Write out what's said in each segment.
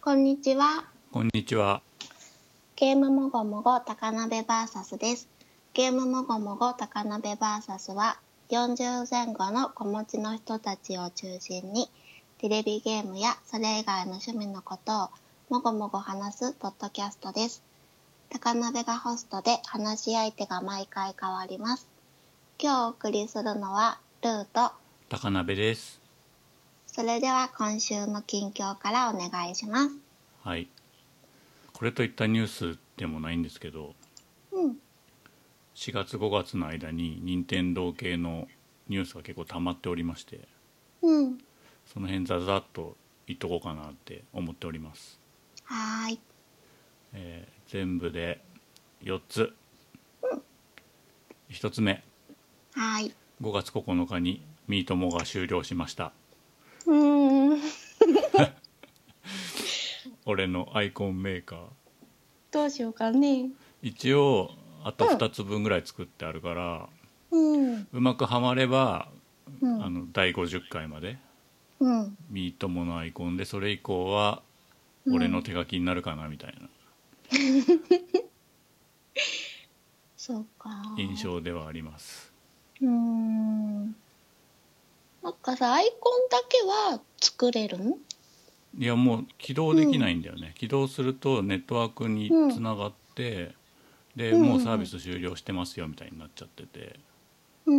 こんにちは。こんにちは。ゲームもごもご高鍋バーサスです。ゲームもごもご高鍋バーサスは40前後の子持ちの人たちを中心にテレビゲームやそれ以外の趣味のことをもごもご話すポッドキャストです。高鍋がホストで話し相手が毎回変わります。今日お送りするのはルート。高鍋です。それでは今週の近況からお願いします。はい。これといったニュースでもないんですけど、うん。 4月5月の間に任天堂系のニュースが結構溜まっておりまして、うん。その辺ザザッと言っとこうかなって思っております。はーい。えー全部で4つ。1つ目、はーい。 5月9日にミートモが終了しました。うーん。俺のアイコンメーカー。どうしようかね。一応あと2つ分ぐらい作ってあるから、うん。うまくはまればうあん。の第50回までうん。 「ミートモ」のアイコンでそれ以降はうん俺の手書きになるかなみたいなそうか。印。象ではあります、うーん。なんかさ、アイコンだけは作れるんいやもう起動できないんだよね、起動するとネットワークにつながって、で、うんうんうんもうサービス終了してますよみたいになっちゃっててうんう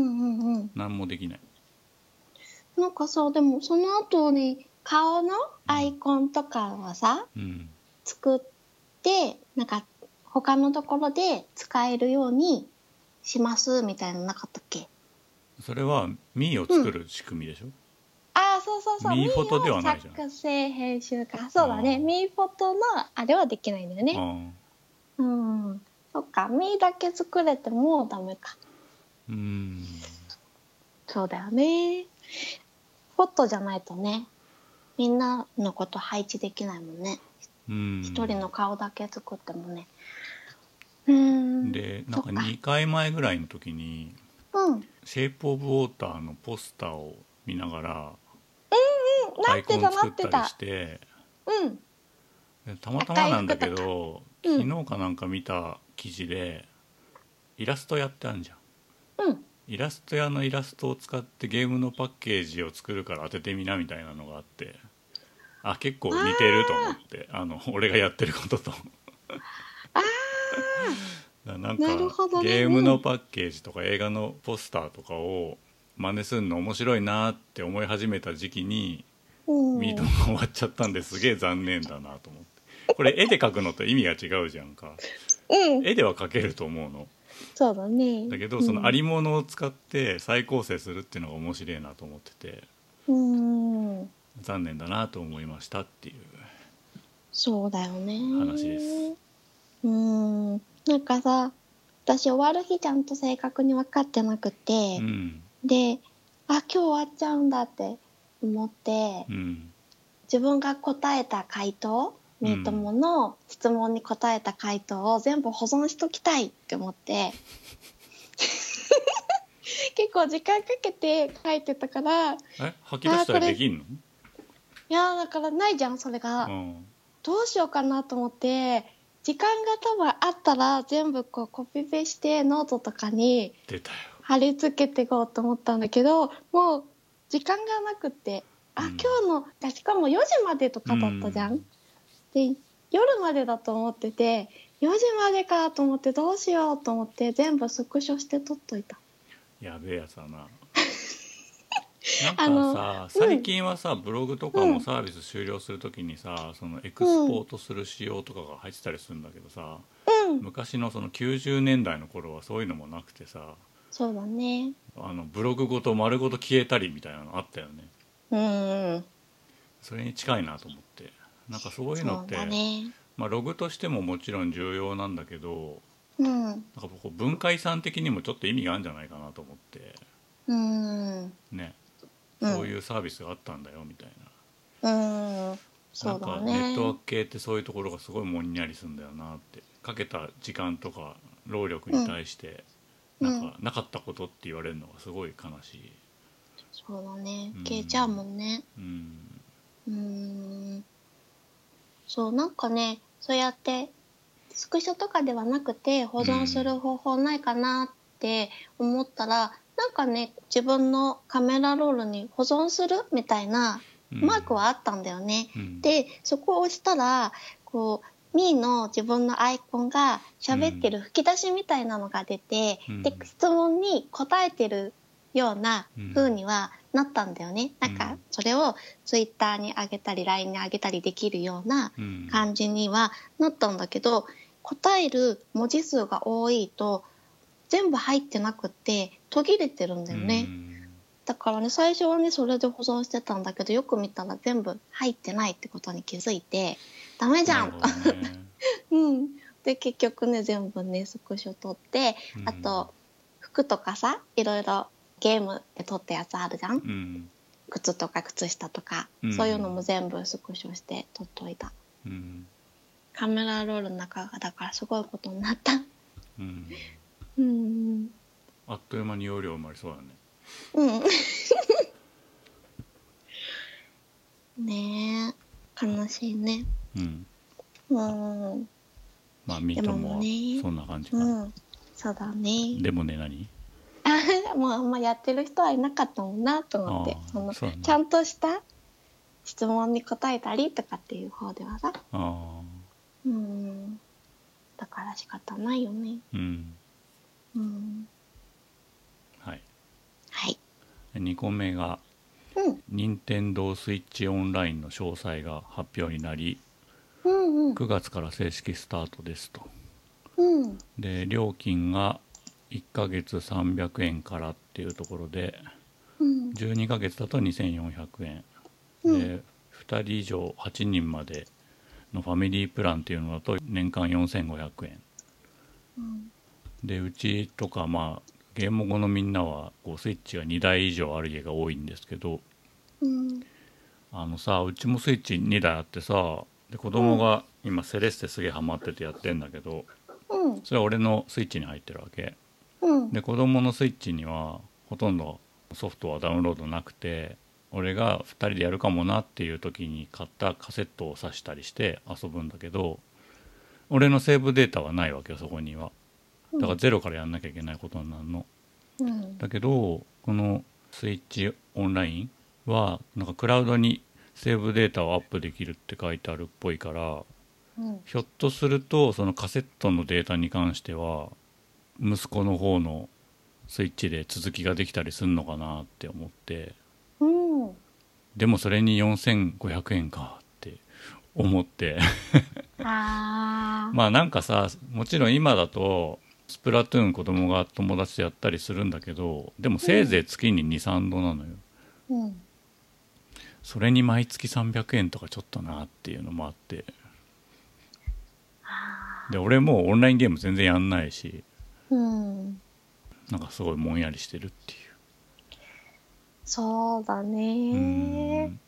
んうん。何もできないなんかさ、でもその後に顔のアイコンとかはさ、うん作って、なんか他のところで使えるようにしますみたいなのなかったっけそれは「ミー」を作る仕組みでしょ、ああ、そうそうそう。ミーフォトではないじゃんミーを作成編集か。そうだあね。ーミーフォトのあれはできないんだよね。あうん、そっか、身だけ作れてもダメか。あうんそうだよね。ホットじゃないとね、みんなのこと配置できないもんね。うん一、人の顔だけ作ってもね。うーん。でなんかそっか2回前ぐらいの時にうん。うん、 「シェイプ・オブ・ウォーター」のポスターを見ながらなアっイてコたンな作っってたりたし。てうん。でたまたまなんだけ赤どい服とかうん昨日かなんか見た記事でイラストやってあるじゃんうん。イラスト屋のイラストを使ってゲームのパッケージを作るから当ててみなみたいなのがあってあ結構似てると思ってあの俺がやってることとあ だなんかなるほどねゲームのパッケージとか映画のポスターとかを真似するの面白いなって思い始めた時期にーうん。ミートが終わっちゃったんですげえ残念だなと思ってこれ絵で描くのと意味が違うじゃんかうん。絵では描けると思うのそうだね。だけどそのあありものを使って再構成するっていうのが面白いなと思っててうん。うん残念だなと思いましたっていうそうだよね。話です。うーん。なんかさ、私終わる日ちゃんと正確に分かってなくて、うんで、あ、今日終わっちゃうんだって思って、うん自分が答えた回答、ミートモの質問に答えた回答を全部保存しときたいって思 って、結構時間かけて書いてたから、いえ吐き出したあーこられできんのやーだからないじゃん、それが。うんどうしようかなと思って時間が多分あったら全部こうコピペしてノートとかに出たよ貼り付けていこうと思ったんだけどもう時間がなくてあ、うん今日のしかも4時までとかだったじゃん。うんで夜までだと思ってて4時までかと思ってどうしようと思って全部スクショして撮っといた。やべえやつ だなあなんかさの最近はさ、ブログとかもサービス終了するときにさそのエクスポートする仕様とかが入ってたりするんだけどさ、うん昔のその90年代の頃はそういうのもなくてさそうだね。あのブログごと丸ごと消えたりみたいなのあったよねうん。それに近いなと思ってなんかそういうのそっうて、だね。まあ、ログとしてももちろん重要なんだけどうん。なんかこう文化遺産的にもちょっと意味があるんじゃないかなと思ってうん。ねうんそういうサービスがあったんだよみたいうな。ん。そなうんだかね。ネットワーク系ってそういうところがすごいもんにゃりするんだよなってかけた時間とか労力に対してうんなんかなかったことって言われるのがすごい悲しい、そうだねう。ん消えちゃうもんね。うん、うーん。そうなんかねそうやってスクショとかではなくて保存する方法ないかなって思ったら、なんかね自分のカメラロールに保存するみたいなうんマークはあったんだよね。うんでそこを押したらこうミーの自分のアイコンが喋ってる吹き出しみたいなのが出て、うんで質問に答えてるような風にはなったんだよね。うなんんかそれをツイッターに上げたり LINE に上げたりできるようなうん感じにはなったんだけど答える文字数が多いと全部入ってなくて途切れてるんだよね。うんだからね最初はねそれで保存してたんだけどよく見たら全部入ってないってことに気づいてダメじゃん、なるほどねうん、で結局ね全部ねスクショ撮って あと服とかさいろいろゲームで撮ったやつあるじゃんうん靴とか靴下とかうんそういうのも全部スクショして撮っといたうんカメラロールの中がだからすごいことになったうんうんあっという間に容量埋まりそうだねうん ねえ悲しいねうんうんまあミートもでもねそんな感じかなうん、そうだね。でもね何もうあんまやってる人はいなかったもんなと思ってあ、ーそのそうだねちゃんとした質問に答えたりとかっていう方ではさ、あうん、だから仕方ないよね。あうんうん、はいはい。 2個目がうん、任天堂スイッチオンラインの詳細が発表になりうん、うん、 9月から正式スタートですとうん、で料金が1ヶ月300円からっていうところでうん、 12ヶ月だと2400円うん、で2人以上8人までのファミリープランっていうのだと年間4500円うん、でうちとかまあゲーム後のみんなはこうスイッチが2台以上ある家が多いんですけどうん、あのさうちもスイッチ2台あってさで子供が今セレステすげえハマっててやってんだけどうん、それは俺のスイッチに入ってるわけうん、で子供のスイッチにはほとんどソフトはダウンロードなくて俺が2人でやるかもなっていう時に買ったカセットを挿したりして遊ぶんだけど俺のセーブデータはないわけよそこにはだからゼロからやんなきゃいけないことになるのうん、だけどこのスイッチオンラインはなんかクラウドにセーブデータをアップできるって書いてあるっぽいからうん、ひょっとするとそのカセットのデータに関しては息子の方のスイッチで続きができたりするのかなって思ってうん、でもそれに4500円かって思って あまあなんかさもちろん今だとスプラトゥーン子供が友達とやったりするんだけどでもせいぜい月に23度なのよー、うん、それに毎月300円とかちょっとなっていうのもあってで俺もうオンラインゲーム全然やんないしうん、なんかすごいもんやりしてるっていうそうだうね。ん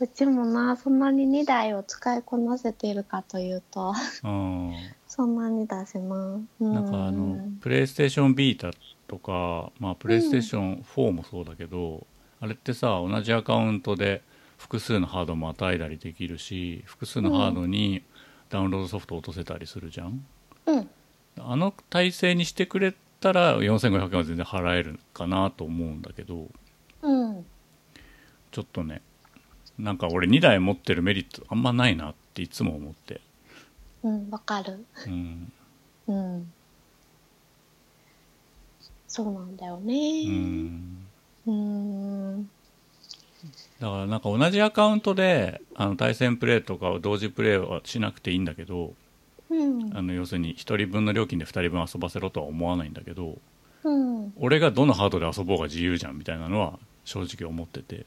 うちもなそんなに2台を使いこなせているかというと あーそんなにだしな。うなんかあのプレイステーションビータとか、まあ、プレイステーション4もそうだけど、あれってさ同じアカウントで複数のハードも与えたりできるし複数のハードにダウンロードソフト落とせたりするじゃん、うんあの体制にしてくれたら4500円は全然払えるかなと思うんだけどうんちょっとねなんか俺2台持ってるメリットあんまないなっていつも思って、うんわかる。うん、うん。そうなんだよね。ううんーん。だからなんか同じアカウントであの対戦プレイとかを同時プレイはしなくていいんだけどうん。あの要するに1人分の料金で2人分遊ばせろとは思わないんだけどうん。俺がどのハードで遊ぼうが自由じゃんみたいなのは正直思ってて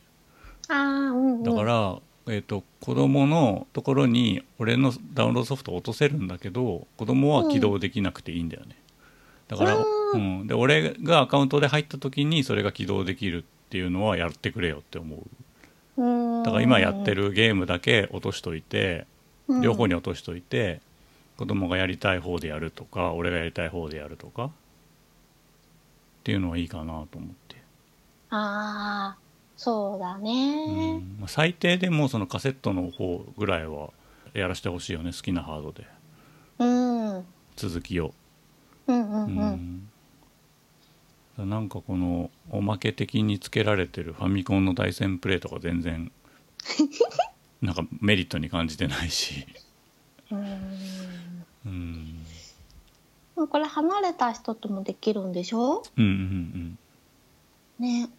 ああ、うん、うん。だから、えー、と子供のところに俺のダウンロードソフトを落とせるんだけど子供は起動できなくていいんだよねだから、ううん、で俺がアカウントで入った時にそれが起動できるっていうのはやってくれよって思ううーん、だから今やってるゲームだけ落としといてうん両方に落としといて子供がやりたい方でやるとか俺がやりたい方でやるとかっていうのはいいかなと思って、ああ、そうだうね。んまあ最低でもそのカセットの方ぐらいはやらしてほしいよね好きなハードでうんうん続きうを。んううんんなんかこのおまけ的につけられてるファミコンの対戦プレイとか全然なんかメリットに感じてないし、うんうん、でもこれ離れた人ともできるんでしょうんうんね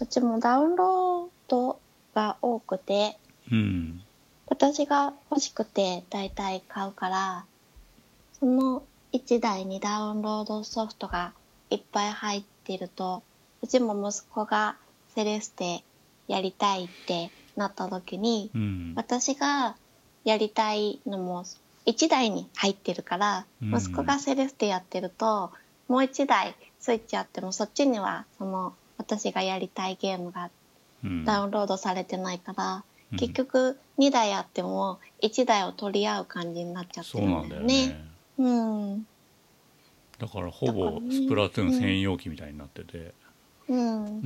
うちもダウンロードが多くてうんうん私が欲しくて大体買うからその1台にダウンロードソフトがいっぱい入ってるとうちも息子がセレステやりたいってなった時にうん私がやりたいのも1台に入ってるからうん息子がセレステやってるともう1台スイッチあってもそっちにはその私がやりたいゲームがうんダウンロードされてないから、うん結局2台あっても1台を取り合う感じになっちゃってそうるなんんだだよよねね。うんだからほぼスプラトゥーン専用機みたいになっててうん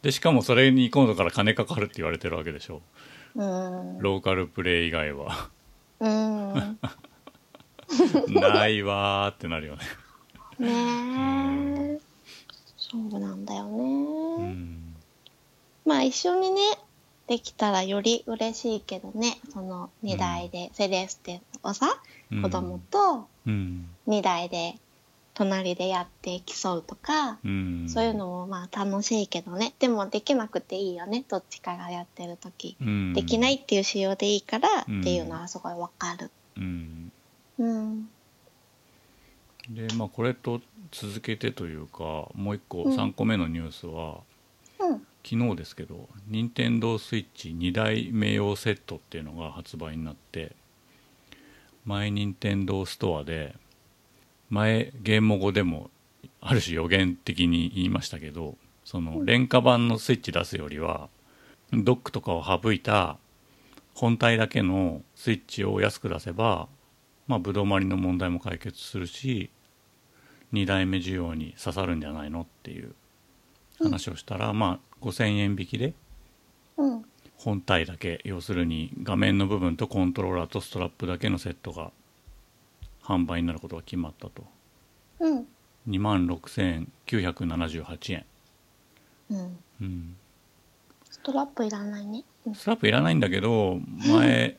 でしかもそれに今度から金かかるって言われてるわけでしょ うんローカルプレイ以 外はうんないわーってなるよね、 ねえそうなんだようねん、まあ一緒にねできたらより嬉しいけどねその2台でセレステをさうん子供とうん2台で隣でやって競うとかうんそういうのもまあ楽しいけどね。でもできなくていいよね。どっちかがやってる時うんできないっていう仕様でいいからっうんていうのはすごいわかる。うんうん。でまあこれと続けてというかもう一個うん3個目のニュースは、うん。昨日ですけど任天堂スイッチ2台名用セットっていうのが発売になって前任天堂ストアで前ゲーム語でもある種予言的に言いましたけどその廉価版のスイッチ出すよりはドックとかを省いた本体だけのスイッチを安く出せばまあぶどう回りの問題も解決するし2代目需要に刺さるんじゃないのっていう話をしたら、まあ5,000円引きでうん。本体だけ要するに画面の部分とコントローラーとストラップだけのセットが販売になることが決まったとうん。 2万6978円、うん。うん、ストラップいらないね。うんストラップいらないんだけど前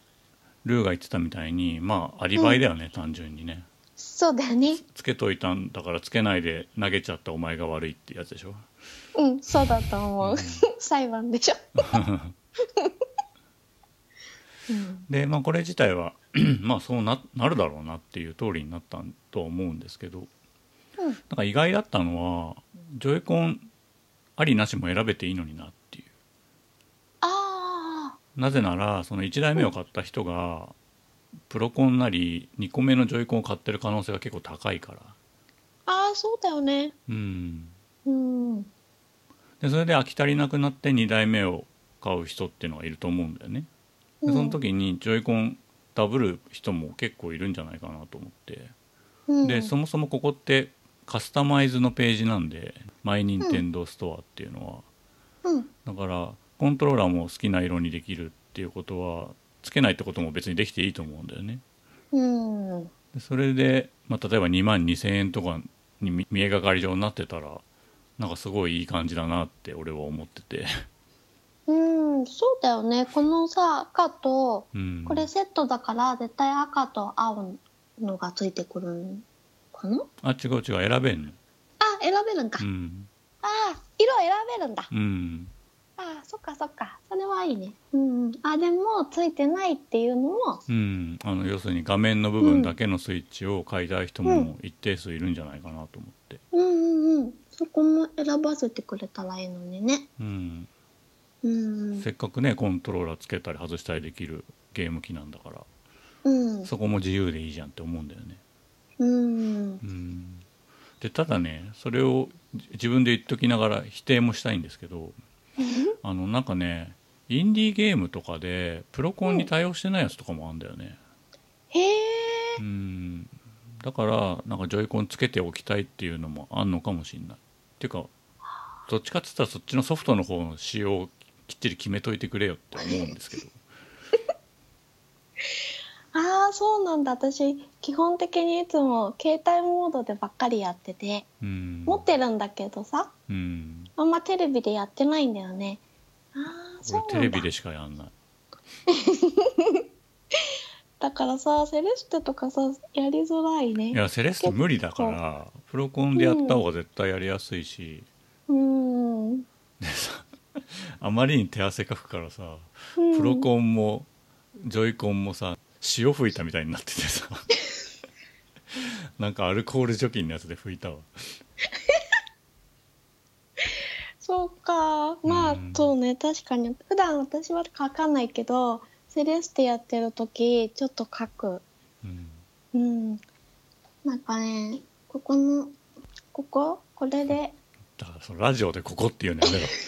ルーが言ってたみたいにまあアリバイだよね、単純にねそうだよね。つけといたんだからつけないで投げちゃったお前が悪いってやつでしょうん。そうだと思う。うん裁判でしょ。うん。でまあこれ自体は まあそうななるだろうなっていう通りになったとは思うんですけどうん。なんか意外だったのはジョイコンありなしも選べていいのになっていああ。うなぜならその1台目を買った人がプロコンなり2個目のジョイコンを買ってる可能性が結構高いからああ、そうだよね。うんうん。でそれで飽き足りなくなって2台目を買う人っていうのがいると思うんだよねうでんその時にジョイコンダブる人も結構いるんじゃないかなと思ってうんでそもそもここってカスタマイズのページなんでマイニンテンドーストアっていうのはうん。だからコントローラーも好きな色にできるっていうことはつけないってことも別にできていいと思うんだよね。うん。でそれで、まあ、例えば2万2,000円とかに見見えがかり上になってたらなんかすごいいい感じだなって俺は思っ てて。うん。そうだよね。このさ、赤と、うん、これセットだから絶対赤と青のがついてくるんかなあ違う違う選べんの。あ選べるんか、うんああ色選べるんだうんああそっかそっかそれはいいねうんうんあでもついてないっていうのもうん、あの要するに画面の部分だけのスイッチを買いたい人も一定数いるんじゃないかなと思って。うんうんうんそこも選ばせてくれたらいいのにねうんうんうんせっかくねコントローラーつけたり外したりできるゲーム機なんだからうんそこも自由でいいじゃんって思うんだよね。うんうんでただねそれをじ自分で言っときながら否定もしたいんですけどあのなんかねインディーゲームとかでプロコンに対応してないやつとかもあるんだよね。へえうんだからなんかジョイコンつけておきたいっていうのもあんのかもしんない。っていうかどっちかっつったらそっちのソフトの方の仕様をきっちり決めといてくれよって思うんですけど。ああそうなんだ私基本的にいつも携帯モードでばっかりやっててうん持ってるんだけどさうんあんまテレビでやってないんだよねああそう俺なんだテレビでしかやんないだからさセレステとかさやりづらいねいやセレステ無理だからプロコンでやった方が絶対やりやすいし、うーんうん あまりに手汗かくからさプロコンもジョイコンもさ塩吹いたみたいになってて さなんかアルコール除菌のやつで拭いたわそうかまあ、うんそうね確かに普段私は書かないけどセレステやってる時ちょっと書くうんうんなんかねここのこここれでだからそのラジオでここっていうのやめろ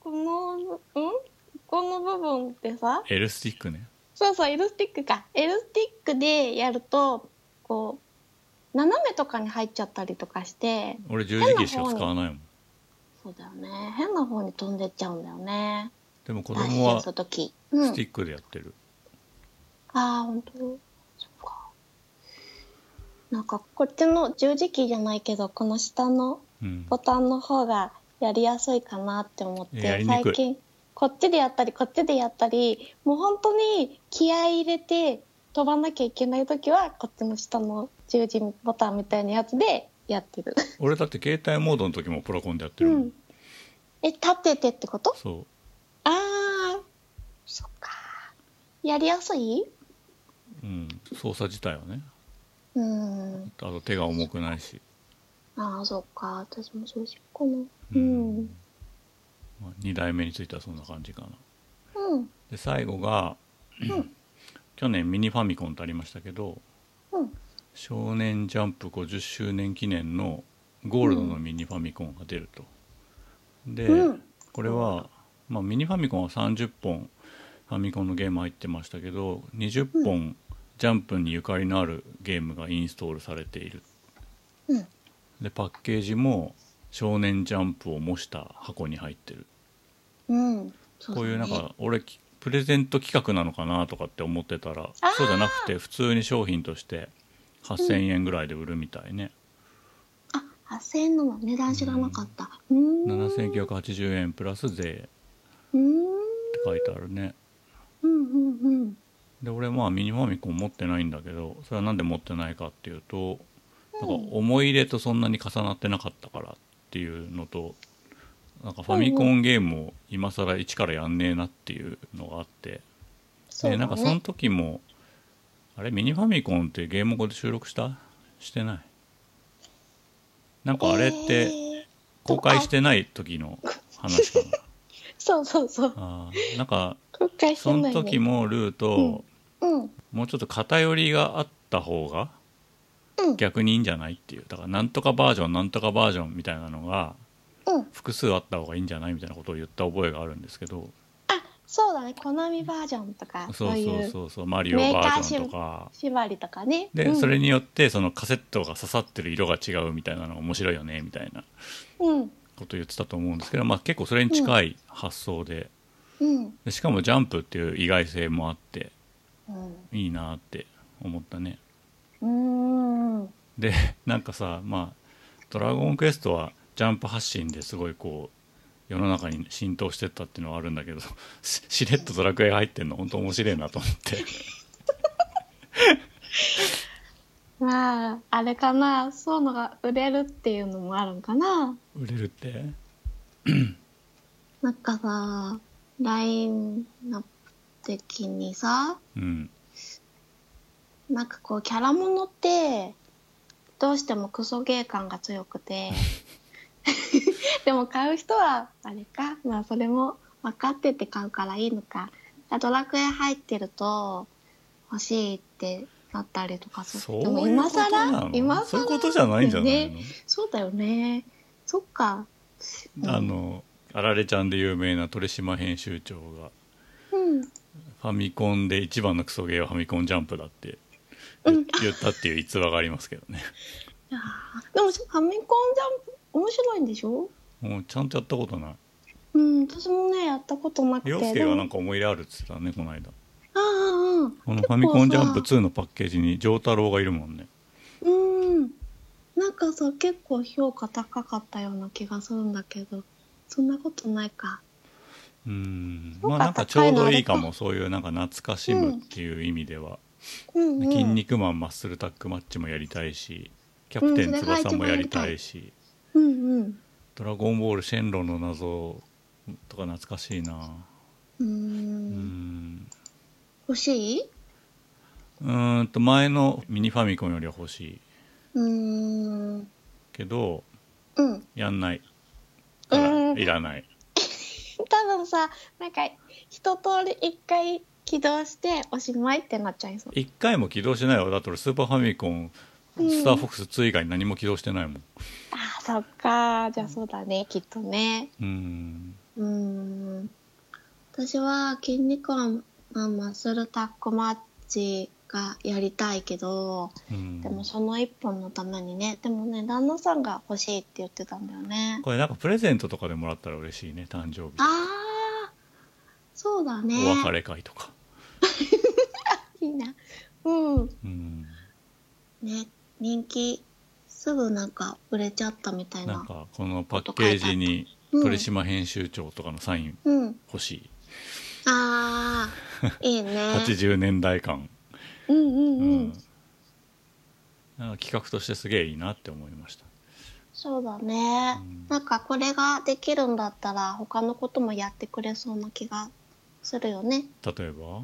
このんここの部分ってさ L スティックねそうそう L スティックか L スティックでやるとこう斜めとかに入っちゃったりとかして俺十字キーしか使わないもんそうだよね変な方に飛んでっちゃうんだよねでも子大変供はそのス時、うん、ティックでやってる、ああ、本当そうか。なんか、こっちの十字キーじゃないけど、この下のうん、ボタンの方がやりやすいかなって思っいやて、やりにく最い近、こっちでやったり、こっちでやったり、もう本当に気合い入れて飛ばなきゃいけない時は、こっちの下の十字ボタンみたいなやつでやってる。俺だって携帯モードの時もプロコンでやってうるもん、ん。 え、立ててってことそ、ああ、そっか。やりやすいううん、操作自体はねうん。あと手が重くないし、ああ、そっか。私もそうしようかな。う。うんまあ、2代目についてはそんな感じかなうん。で最後が、ん去年ミニファミコンとありましたけどうん。 「少年ジャンプ50周年記念」のゴールドのミニファミコンが出ると、で、うんこれは、まあ、ミニファミコンは30本ファミコンのゲーム入ってましたけど20本、ジャンプにゆかりのあるゲームがインストールされているうん。でパッケージも「少年ジャンプ」を模した箱に入ってるうん。そこういうだなんねか俺きプレゼント企画なのかなとかって思ってたらーそうじゃなくて普通に商品として8,000円ぐらいで売るみたいね、あ、8000円のは値段知らなかった。うーん。 7980円プラス税ってうーん。書いてあるねうんうんうん。で俺まあミニファミコン持ってないんだけどそれはなんで持ってないかっていうとなんか思い入れとそんなに重なってなかったからっていうのとなんかファミコンゲームを今更一からやんねえなっていうのがあってそうでだねなんかその時もあれミニファミコンってゲーム語で収録したしてないなんかあれっえてー公開してない時の 話かな、そうそうそう。あーなんか公開してそなのい、ね。時もルーとうん。もうちょっと偏りがあった方がうん逆にいいんじゃないっていうだからなんとかバージョンなんとかバージョンみたいなのがうん。複数あった方がいいんじゃないみたいなことを言った覚えがあるんですけどあ、そうだね。コナミバージョンとか、そそうういそううそうそうマリオバージョンとか縛りとかね。で、うん、それによってそのカセットが刺さってる色が違うみたいなのが面白いよねみたいなうん。ことを言ってたと思うんですけど、まあ、結構それに近い発想でうん。でしかも「ジャンプ」っていう意外性もあってうん。いいなって思ったね。うん。うん。で なんかさまあ「ドラゴンクエスト」はジャンプ発信ですごいこう世の中に浸透してったっていうのはあるんだけど ししれっと「ドラクエ」が入ってんの本当面白いなと思ってまあ、あれかな。そういうのが売れるっていうのもあるんかな。 売れるってなんかさ、ラインナップ的にさ、うんなんかこうキャラものって、どうしてもクソゲー感が強く て、でも買う人は、あれか、まあそれも分かってて買うからいいのか。ドラクエ入ってると欲しいってなったりとかすそうる。いでうもこ今とな更の今更そういうことじゃないんじゃないだよのね、そうだよね。そっか。うんあのあられちゃんで有名な鳥島編集長がうん。ファミコンで一番のクソゲーはファミコンジャンプだって言言ったっていう逸話がありますけどねいやーでもファミコンジャンプ面白いんでしょもうちゃんとやったことないうん、私もね、やったことなくて。凌介はなんか。か思い入れあるっつってたねこの間ああ、ああ。このファミコンジャン結プ構さ2のパッケージに丈太郎がいるもんねうん。なんかさ、結構評価高かったような気がするんだけど、そんなことないか。うんそうかまあなんかちょうどいいか高いのあれもそういうなんか懐かしむっていう意味ではうん、 「うん。筋肉マンマッスルタックマッチ」もやりたいし「キャプテン翼」もやりたいしうんうん。 「ドラゴンボールシェンロンの謎」とか懐かしいなうー。うんん欲しいうーんと前のミニファミコンよりは欲しいうーん。けどうん。やんないからうんいらない多分さ、なんか、一通り一回起動しておしまいってなっちゃいそう。一回も起動してないわだって俺スーパーファミコンうんスターフォックス2以外何も起動してないもんああ、そっか。じゃあそうだね、きっとね。うんうーん私は筋肉マンマッスルタックマッチがやりたいけどうんでもその一本のためにねでもね旦那さんが欲しいって言ってたんだよねこれなんかプレゼントとかでもらったら嬉しいね誕生日ああそうだねお別れ会とかいいなうんうんね人気すぐなんか売れちゃったみたいななんかこのパッケージにうん鳥島編集長とかのサインうん欲しい、ああいいね80年代感、うんうんううんんなんか企画としてすげえいいなって思いましたそうだね、うんなんかこれができるんだったら他のこともやってくれそうな気がするよね例えば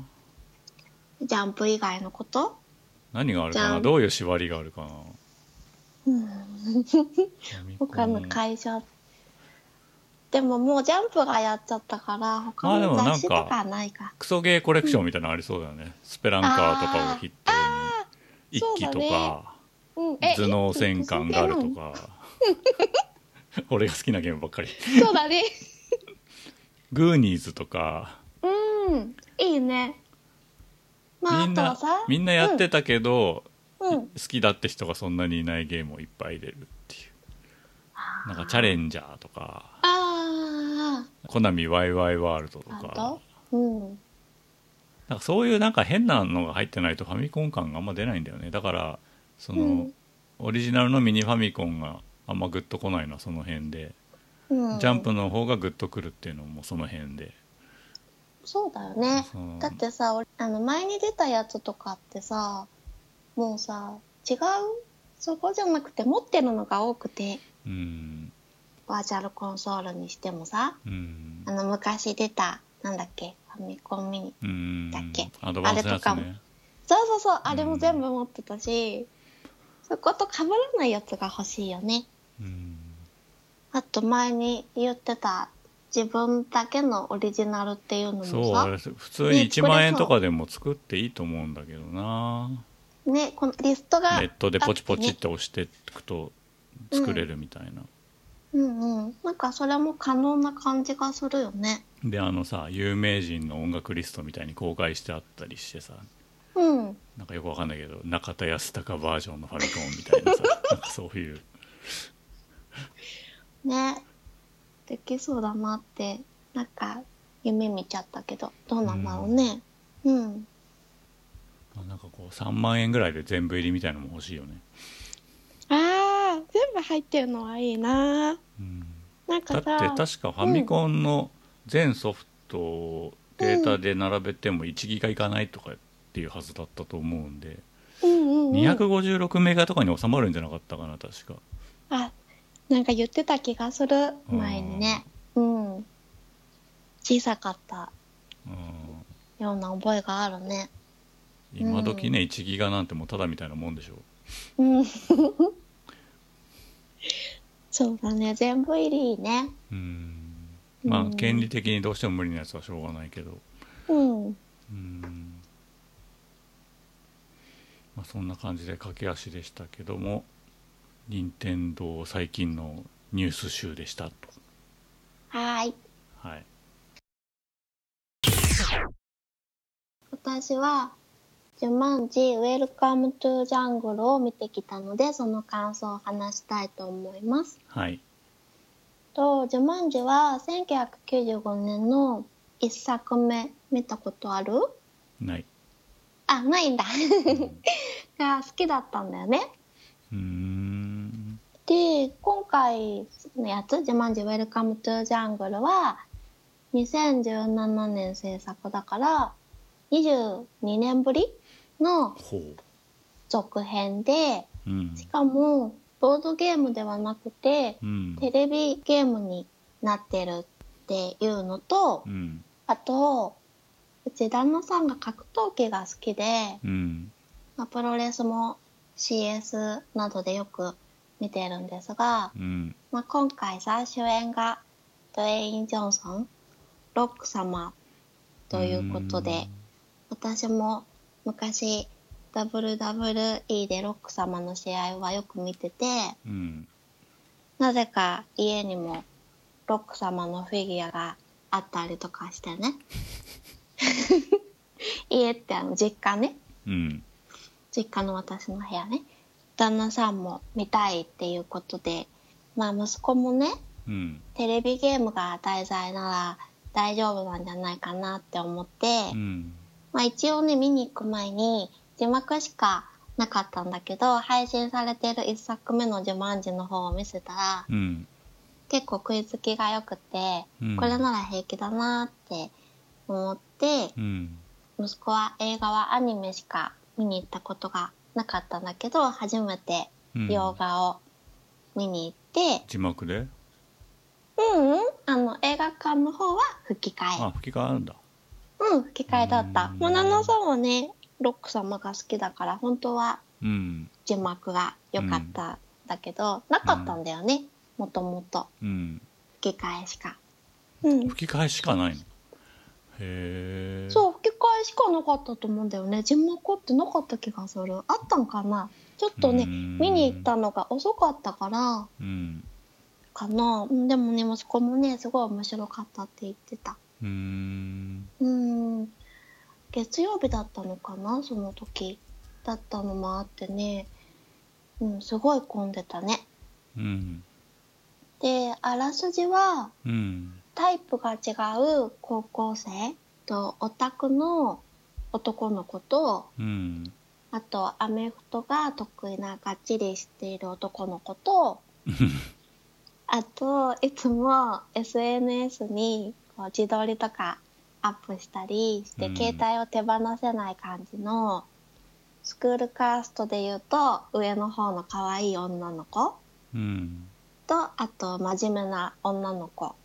ジャンプ以外のこと何があるかじゃなんどういう縛りがあるかなファミコン他の会社でももうジャンプがやっちゃったから他あでのもなんか雑誌とかないかクソゲーコレクションみたいなのありそうだよね、スペランカーとかを筆頭に一そう機だとねか、うん頭脳戦艦ガルとかか 俺が好きなゲームばっかりそうだねグーニーズとかうんいいねまあみあんとはなさみんなやってたけど、うん、うん好きだって人がそんなにいないゲームをいっぱい入れるっていうなんかチャレンジャーとかあコナミワイワイワールドとああかとうんなんかそういうなんか変なのが入ってないとファミコン感があんま出ないんだよねだからその、うんオリジナルのミニファミコンがあんまグッとこないのはその辺で、うんジャンプの方がグッとくるっていうのもその辺で、そうだよねそうだってさ俺あの前に出たやつとかってさもうさ違うそこじゃなくて持ってるのが多くてうんバーチャルコンソールにしてもさうんあの昔出たなんだっけファミコンミニうんだっけアドバンスあのやつれとかねそうそうそうあれも全部持ってたし、そこと被らないやつが欲しいよねうんあと前に言ってた自分だけのオリジナルっていうのもそうあれさ普通にね1これ万円そうとかでも作っていいと思うんだけどなねこのリストがネットでポチポチあっって押していくと作れるみたいな、うんうんなんかそれも可能な感じがするよねであのさ有名人の音楽リストみたいに公開してあったりしてさうんなんかよくわかんないけど中田康隆バージョンのファミコンみたい なさなんかそういうねできそうだなってなんか夢見ちゃったけどどうなんだろうねうん、まあなんかこう3万円ぐらいで全部入りみたいなのも欲しいよね、ああ全部入ってるのはいいなうん、なんだかってさ確かファミコンの全ソフトをデータで並べても1ギガいかないとかっていうはずだったと思うんでうんうん、うん、 256メガとかに収まるんじゃなかったかな確かあなんか言ってた気がするうん前にねうん小さかったうんような覚えがあるね今時ね1ギガなんてもうただみたいなもんでしょうん そうだね全部入りいいねうんまうあん権利的にどうしても無理なやつはしょうがないけどうんうんまあそんな感じで駆け足でしたけども任天堂最近のニュース集でしたとはーいはい私は「ジュマンジウェルカムトゥジャングル」を見てきたのでその感想を話したいと思います。はいと、ジョマンジュは1995年の一作目見たことあるない。あ、ないんだ。 うんが好きだったんだよね。うーん。で、今回のやつ、ジョマンジュウェルカムトゥジャングルは2017年制作だから22年ぶりのほ続編で、う。うん。しかもボードゲームではなくてうん。テレビゲームになってるっていうのと、うん。あとうち旦那さんが格闘技が好きで、うん。まあ、プロレスも CS などでよく見てるんですが、うん。まあ、今回さ主演がドウェイン・ジョンソンロック様ということで。私も昔 WWE でロック様の試合はよく見ててうん。うん。なぜか家にもロック様のフィギュアがあったりとかしてね 家ってあの実家ねうん。実家の私の部屋ね旦那さんも見たいっていうことでまあ息子もねうん。テレビゲームが題材なら大丈夫なんじゃないかなって思って、うん。まあ一応ね、見に行く前に字幕しかなかったんだけど、配信されてる一作目のジュマンジの方を見せたら、うん。結構食いつきが良くて、うんこれなら平気だなって思って、うん。息子は映画はアニメしか見に行ったことがなかったんだけど、初めてうん洋画を見に行って、字幕で。うん、うん、あの映画館の方は吹き替えあ、。吹き替えあるんだ。うん、吹き替えだった。うんもう旦那さんはね、ロック様が好きだから、本当はうん。字幕が良かったんだけど、なかったんだよね、もともとうん。吹き替えしか、うん、吹き替えしかないの。へえ。そう吹き替えしかなかったと思うんだよね字幕ってなかった気がするあったんかなちょっとね、うん見に行ったのが遅かったからう。うん。かなうんでもね息子もねすごい面白かったって言ってたうーん。うん月曜日だったのかなその時だったのもあってねうんすごい混んでたねうん。であらすじはうん。タイプが違う高校生とオタクの男の子とうん。あとアメフトが得意ながっちりしている男の子 とあといつも SNS にこう自撮りとかアップしたりして、うん携帯を手放せない感じのスクールカーストで言うと上の方の可愛い女の子うん。とあと真面目な女の子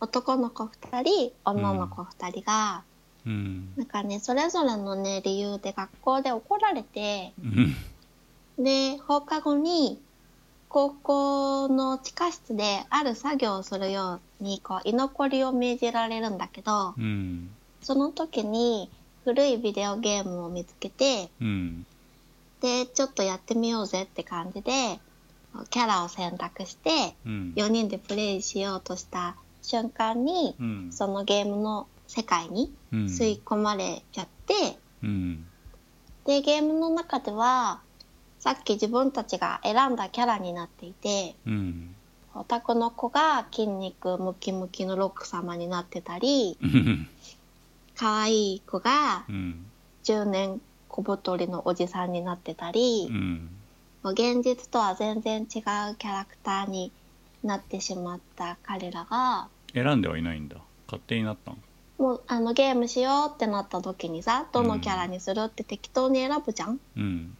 男の子2人女の子2人が、うん。なんかねそれぞれのね理由で学校で怒られてうん。で放課後に高校の地下室である作業をするようにこう居残りを命じられるんだけどうん。その時に古いビデオゲームを見つけてうん。でちょっとやってみようぜって感じでキャラを選択してうん。 4人でプレイしようとした瞬間にうん。そのゲームの世界にうん。吸い込まれちゃって、うん。でゲームの中ではさっき自分たちが選んだキャラになっていてうん。オタクの子が筋肉ムキムキのロック様になってたりうん。可愛い子がうん。 10年小太りのおじさんになってたり。うん。現実とは全然違うキャラクターになってしまった彼らが選んではいないんだ。勝手になったの。もうあのゲームしようってなった時にさどのキャラにするって適当に選ぶじゃんうん。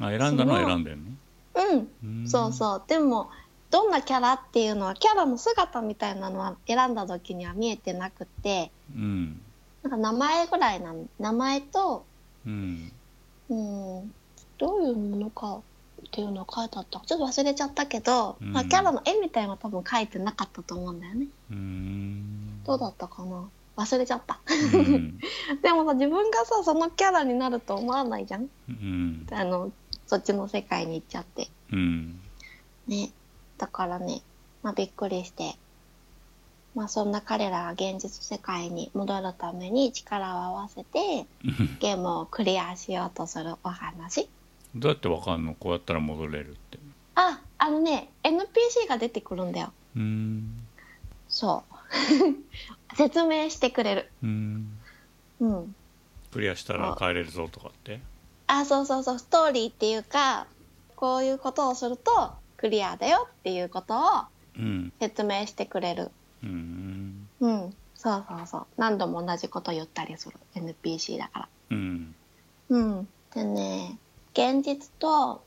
あ、選んだのは選んだよね。うん、うんそうそうでもどんなキャラっていうのはキャラの姿みたいなのは選んだ時には見えてなくってうん。なんか名前ぐらいなの名前とうん。うんどういうものかっていうのは書いてあったちょっと忘れちゃったけど、うんまあ、キャラの絵みたいなのは多分書いてなかったと思うんだよねうん。どうだったかな忘れちゃった うん。でもさ自分がさそのキャラになると思わないじゃんうん。あのそっちの世界に行っちゃってうん。ねだからね、まあ、びっくりしてまあそんな彼らが現実世界に戻るために力を合わせてゲームをクリアしようとするお話どうやってわかんのこうやったら戻れるって。ああのね NPC が出てくるんだようん。そう 説明してくれるうんうんクリアしたら帰れるぞとかってあそうそうそうストーリーっていうかこういうことをするとクリアだよっていうことをうん説明してくれるうんうんそうそうそう何度も同じこと言ったりする NPC だからうんうんでね現実と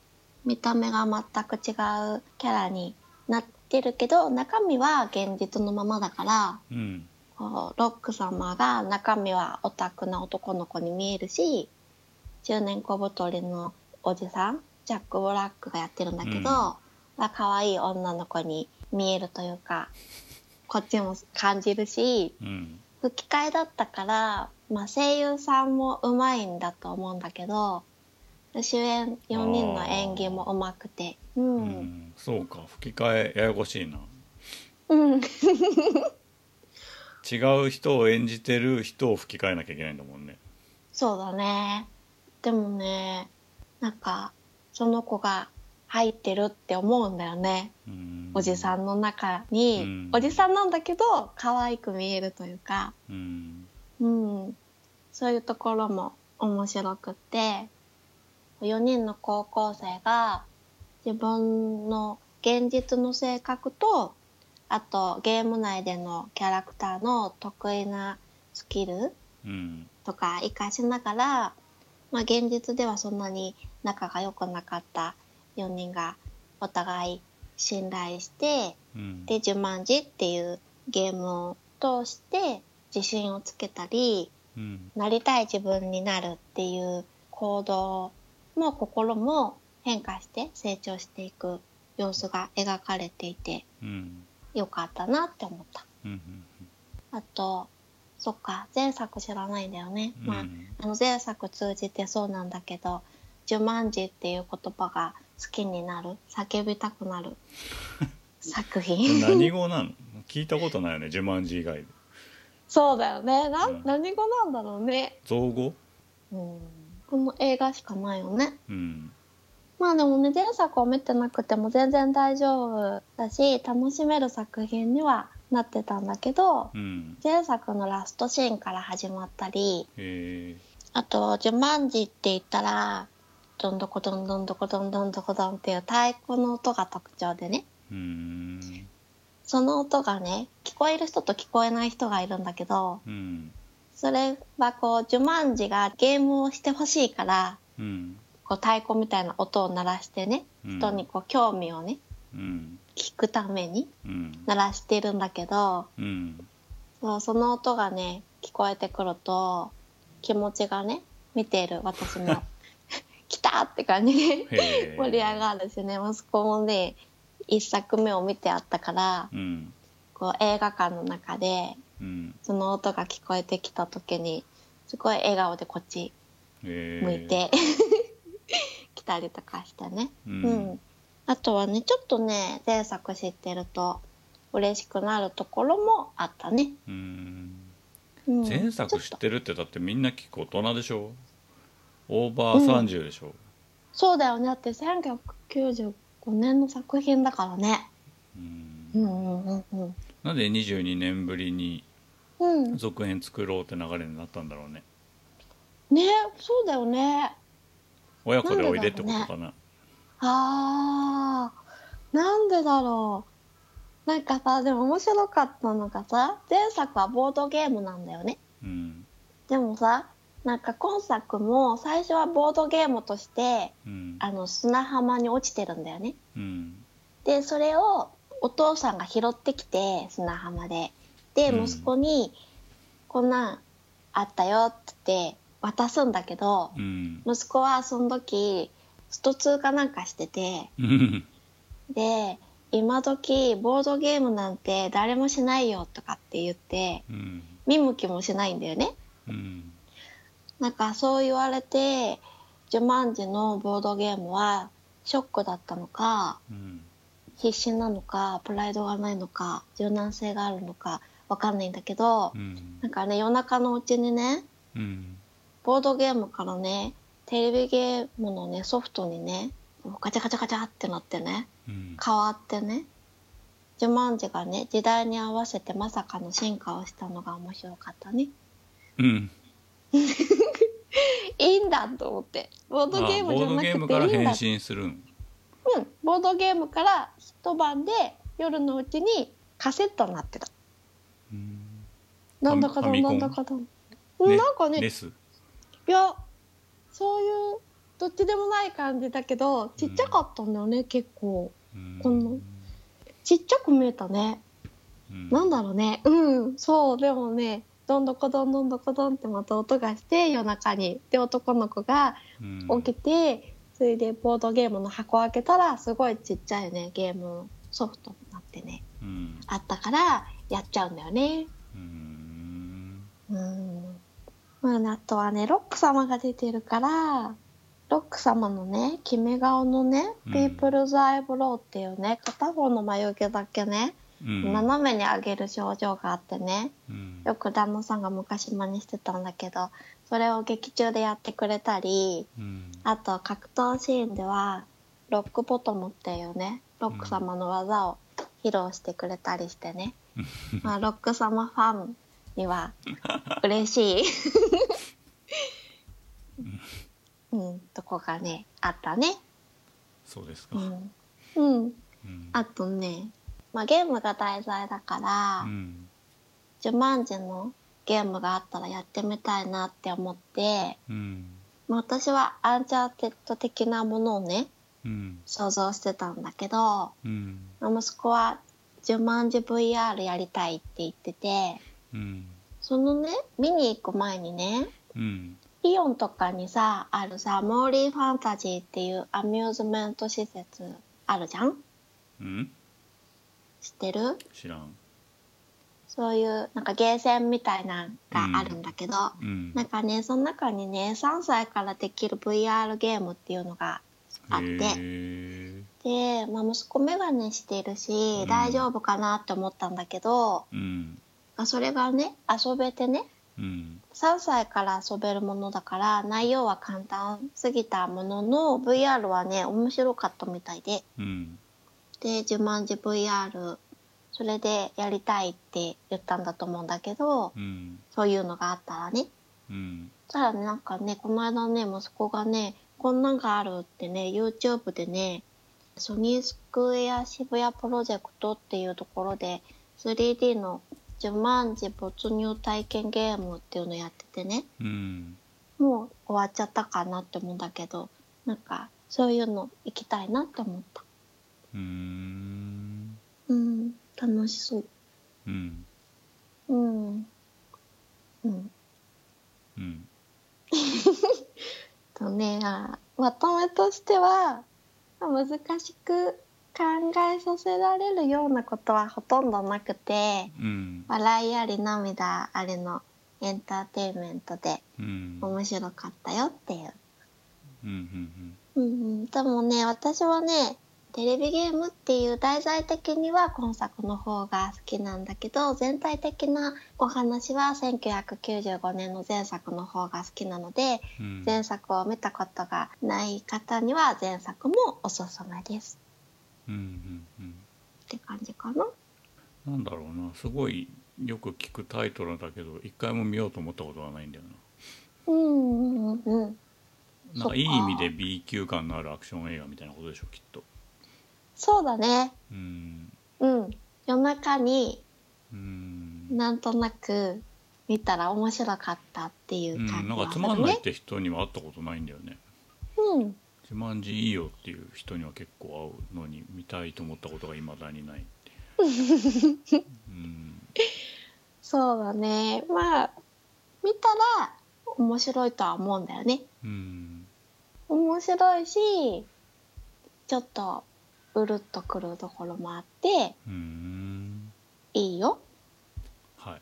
見た目が全く違うキャラになってるけど中身は現実のままだからうんこうロック様が中身はオタクな男の子に見えるし中年小太りのおじさんジャック・ブラックがやってるんだけど、うんまあ可愛い女の子に見えるというかこっちも感じるしうん吹き替えだったから、まあ、声優さんもうまいんだと思うんだけど主演4人の演技もうまくてううんんそうか吹き替えややこしいなうん違う人を演じてる人を吹き替えなきゃいけないんだもんねそうだね。でもね、なんか、その子が入ってるって思うんだよね。うんおじさんの中うにん。おじさんなんだけど、可愛く見えるというか、うんうん。そういうところも面白くって、4人の高校生が自分の現実の性格と、あとゲーム内でのキャラクターの得意なスキルうんとか活かしながら、まあ、現実ではそんなに仲が良くなかった4人がお互い信頼してうんで「ジュマンジ」っていうゲームを通して自信をつけたりうんなりたい自分になるっていう行動も心も変化して成長していく様子が描かれていてうんよかったなって思った。うんあとそっか前作知らないんだよね。うんまああの前作通じてそうなんだけど「ジュマンジ」っていう言葉が好きになる叫びたくなる作品何語なの聞いたことないよね「呪文字」以外で そうだよねな、うん何語なんだろうね、造語うん、この映画しかないよねうんまあでもね前作を見てなくても全然大丈夫だし楽しめる作品にはなってたんだけどうん前作のラストシーンから始まったりへえあと、ジュマンジって言ったら、どんどこどんどんどこどんどんどこどんっていう太鼓の音が特徴でね、うーんその音がね、聞こえる人と聞こえない人がいるんだけど、うんそれはこう、ジュマンジがゲームをしてほしいから、うんこう太鼓みたいな音を鳴らしてね、うん人にこう興味をね、うん聞くためにうん鳴らしてるんだけど、うんそうその音がね、聞こえてくると、気持ちがね、見ている私も、 来たって感じで。へえ盛り上がるしね息子もね一作目を見てあったからうんこう映画館の中でうんその音が聞こえてきた時にすごい笑顔でこっちへえ向いて、 来たりとかしてね、ううんんあとはねちょっとね前作知ってると嬉しくなるところもあったね、うんうん、前作知ちょっっとてるってだってみんな結構大人でしょオーバー30でしょそうだよねだって1995年の作品だからねうんうんうんうんうんなんで22年ぶりにうん続編作ろうって流れになったんだろうねねそうだよね親子でおいでってことかなあーなんでだろうなんかさでも面白かったのがさ前作はボードゲームなんだよねうんでもさなんか今作も最初はボードゲームとしてうんあの砂浜に落ちてるんだよねうんでそれをお父さんが拾ってきて砂浜ででうん息子に「こんなんあったよ」って渡すんだけどうん息子はその時スト2かなんかしててうんで今時ボードゲームなんて誰もしないよとかって言ってうん見向きもしないんだよねうんなんかそう言われてジュマンジのボードゲームはショックだったのかうん必死なのかプライドがないのか柔軟性があるのかわかんないんだけどうんなんかね夜中のうちにねうんボードゲームからねテレビゲームのねソフトにねガチャガチャガチャってなってねうん変わってねジュマンジがね時代に合わせてまさかの進化をしたのが面白かったねうんいいんだと思ってボードゲームじあボゃードなゲームくからていいん変だ身するんうんボードゲームから一晩で夜のうちにカセットになってたうんなんだかどファんミコなんンだかどん、うんなんかねレスいやそういうどっちでもない感じだけどちっちゃかったんだよね、結構うんこのちっちゃく見えたね、うんなんだろうねうんそうでもねどんどこどんどんどこどんってまた音がして夜中にで男の子がうん起きて、それでボードゲームの箱を開けたらすごいちっちゃいねゲームのソフトになってねうんあったからやっちゃうんだよねうんうん、まあ、あとはねロック様が出てるからロック様のね決め顔のね「うんピープルズ・アイブロウ」っていうね片方の眉毛だけねうん斜めに上げる症状があってねうんよく旦那さんが昔真似してたんだけどそれを劇中でやってくれたりうんあと格闘シーンではロックボトムっていうねロック様の技を披露してくれたりしてね、まあ、ロック様ファンに は嬉しい、うん、とこがねあったね。そうですかう。ん、うん、うんあとね、まあ、ゲームが題材だから、うんジュマンジのゲームがあったらやってみたいなって思って、うんまあ、私はアンチャーテッド的なものをねうん想像してたんだけどうん息子は「ジュマンジ VR やりたい」って言っててうんそのね見に行く前にねうんイオンとかにさあるさモーリーファンタジーっていうアミューズメント施設あるじゃんうん知ってる知らん。そういうなんかゲーセンみたいなのがあるんだけど、うんなんかねその中にね3歳からできる VR ゲームっていうのがあってへえで、まあ、息子メガネしてるし、うん大丈夫かなって思ったんだけど、うんまあ、それがね遊べてねうん3歳から遊べるものだから内容は簡単すぎたものの VR はね面白かったみたいでうんで「ジュマンジ VR」それでやりたいって言ったんだと思うんだけどうんそういうのがあったらねうんそしたらねなんかねこの間ね息子がねこんなんがあるってね YouTube でねソニースクエア渋谷プロジェクトっていうところで 3D の「ジュマンジ没入体験ゲーム」っていうのやっててねうんもう終わっちゃったかなって思うんだけどなんかそういうの行きたいなって思ったうんうん楽しそううんうんうんうんとねあまとめとしてはまあ難しく考えさせられるようなことはほとんどなくてうん笑いあり涙ありのエンターテインメントでうん面白かったよっていううんうんうん、でもね私はねテレビゲームっていう題材的には今作の方が好きなんだけど全体的なお話は1995年の前作の方が好きなのでうん前作を見たことがない方には前作もおすすめですうんうんうんって感じかな。なんだろうなすごいよく聞くタイトルだけど一回も見ようと思ったことはないんだようんうんうんななんかいい意味で B 級感のあるアクション映画みたいなことでしょきっとそうだね。うんうん。夜中にうんなんとなく見たら面白かったっていううん、感じなんはかするつね。まんないって人には会ったことないんだよねうん。 「自慢じいいよ」っていう人には結構会うのに見たいと思ったことがいまだにないっていううんそうだね。まあ、見たら面白いとは思うんだよね。うん面白いし、ちょっとうるっとくるところもあって、うんいいよ。はい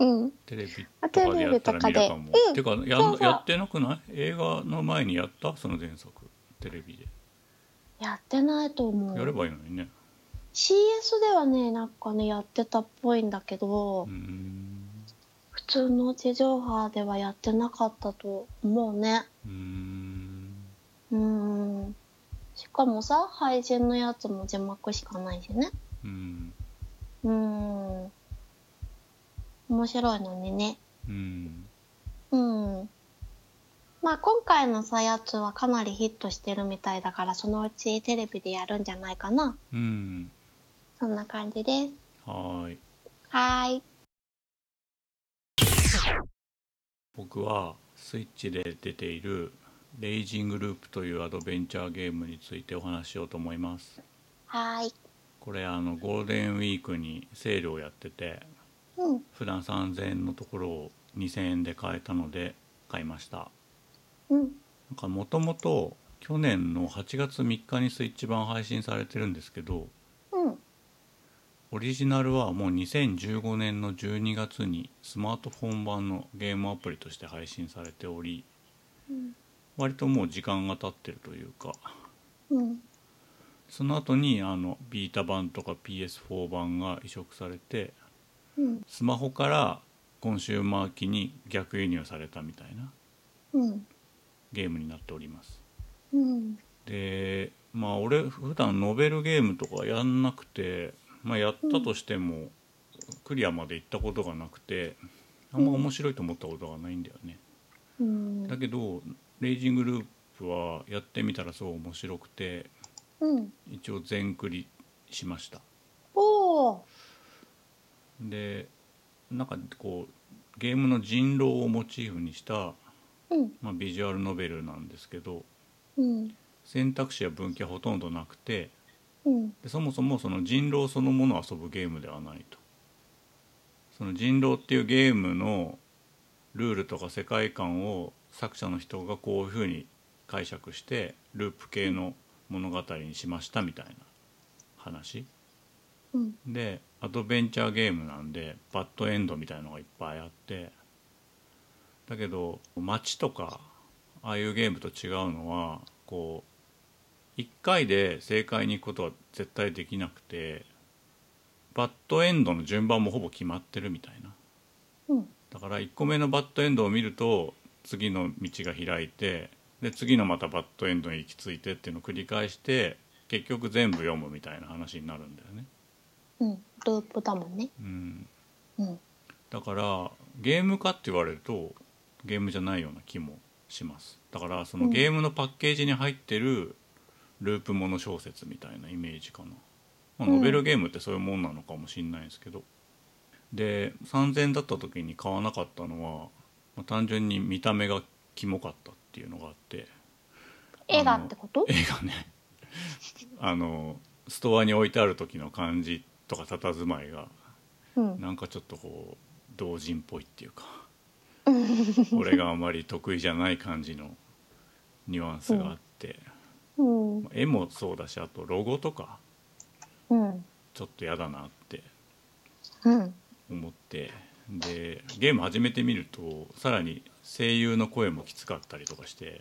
うん。テレビとかでやったら見るかあもテレビてとかやそうそうんやってなくない映画の前にやったその前作テレビでやってないと思やれう。ばいいのにね CS ではね、なんかね、やってたっぽいんだけど、うん普通の地上波ではやってなかったと思うね。うんうーん。しかもさ配信のやつも字幕しかないしねうんうーん面白いのにねうんうんまあ今回のさやつはかなりヒットしてるみたいだからそのうちテレビでやるんじゃないかなうんそんな感じですはーいはーい僕はスイッチで出ている「レイジングループ」というアドベンチャーゲームについてお話ししようと思いますはーいこれあのゴールデンウィークにセールをやっててうん普段3000円のところを2000円で買えたので買いましたうんなんかもともと去年の8月3日にスイッチ版配信されてるんですけどうんオリジナルはもう2015年の12月にスマートフォン版のゲームアプリとして配信されておりうん割ともう時間が経ってるというかうんその後にあのビータ版とか PS4 版が移植されてうんスマホからコンシューマー機に逆輸入されたみたいなうんゲームになっておりますうんでまあ俺普段ノベルゲームとかやんなくて、まあ、やったとしても、クリアまで行ったことがなくてあんま面白いと思ったことがないんだよね、うんだけど「レイジングループ」はやってみたらすごい面白くてうん一応全クリしましたおおでなんかこうゲームの人狼をモチーフにした、うんまあ、ビジュアルノベルなんですけどうん選択肢や分岐はほとんどなくてうんでそもそもその人狼そのものを遊ぶゲームではないとその人狼っていうゲームのルールとか世界観を作者の人がこういうふうに解釈してループ系の物語にしましたみたいな話うんでアドベンチャーゲームなんでバッドエンドみたいのがいっぱいあってだけど街とかああいうゲームと違うのはこう1回で正解に行くことは絶対できなくてバッドエンドの順番もほぼ決まってるみたいなうんだから1個目のバッドエンドを見ると次の道が開いてで次のまたバッドエンドに行き着いてっていうのを繰り返して結局全部読むみたいな話になるんだよね。うんループだもんねうんうんだからゲーム化って言われるとゲームじゃないような気もしますだからそのうんゲームのパッケージに入ってるループもの小説みたいなイメージかな、まあ、うんノベルゲームってそういうもんなのかもしんないですけどで3000だった時に買わなかったのは、まあ単純に見た目がキモかったっていうのがあって映画ってこと映画 ねあのストアに置いてある時の感じとか佇まいがうんなんかちょっとこう同人っぽいっていうか俺があまり得意じゃない感じのニュアンスがあって、うん絵もそうだしあとロゴとかうんちょっと嫌だなってうん思ってでゲーム始めてみるとさらに声優の声もきつかったりとかして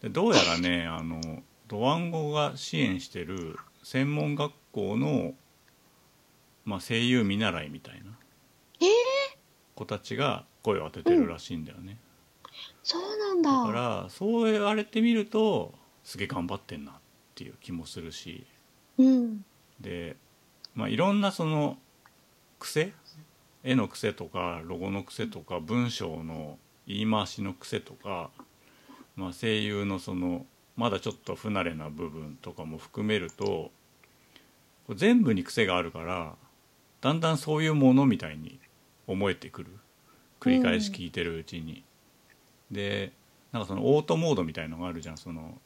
でどうやらねあのドワンゴが支援してる専門学校の、まあ、声優見習いみたいなえー子たちが声を当ててるらしいんだよね。そうなんだだからそう言われてみるとすげえ頑張ってんなっていう気もするしうんで、まあ、いろんなその癖絵の癖とかロゴの癖とか文章の言い回しの癖とか、まあ、声優のそのまだちょっと不慣れな部分とかも含めるとこう全部に癖があるからだんだんそういうものみたいに思えてくる繰り返し聞いてるうちに。でなんかそのオートモードみたいのがあるじゃんその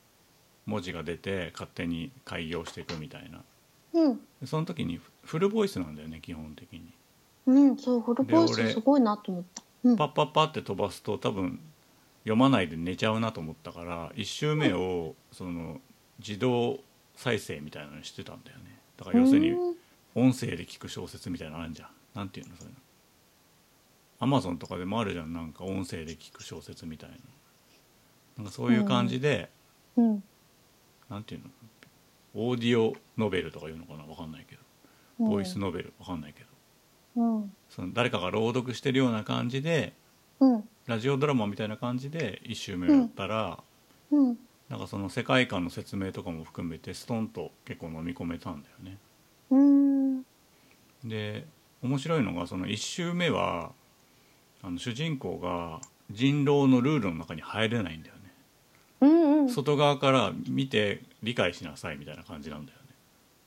文字が出て勝手に開業していくみたいな。うんでその時にフフルボイスなんだよね基本的にうんそうフルボイでス俺すごいなと思ったうんパッパッパって飛ばすと多分読まないで寝ちゃうなと思ったから1周目をその自動再生みたいなのにしてたんだよねだから要するにうん音声で聞く小説みたいなのあるじゃんなんていうのそういうのアマゾンとかでもあるじゃんなんか音声で聞く小説みたいななんかそういう感じで、うんなんていうのオーディオノベルとかいうのかなわかんないけどうんボイスノベルわかんないけどうんその誰かが朗読してるような感じでうんラジオドラマみたいな感じで1周目をやったら、うんなんかその世界観の説明とかも含めてストンと結構飲み込めたんだよね。うーんで面白いのがその1周目はあの主人公が人狼のルールの中に入れないんだよね。うんうん外側から見て理解しなさいみたいな感じなんだよね。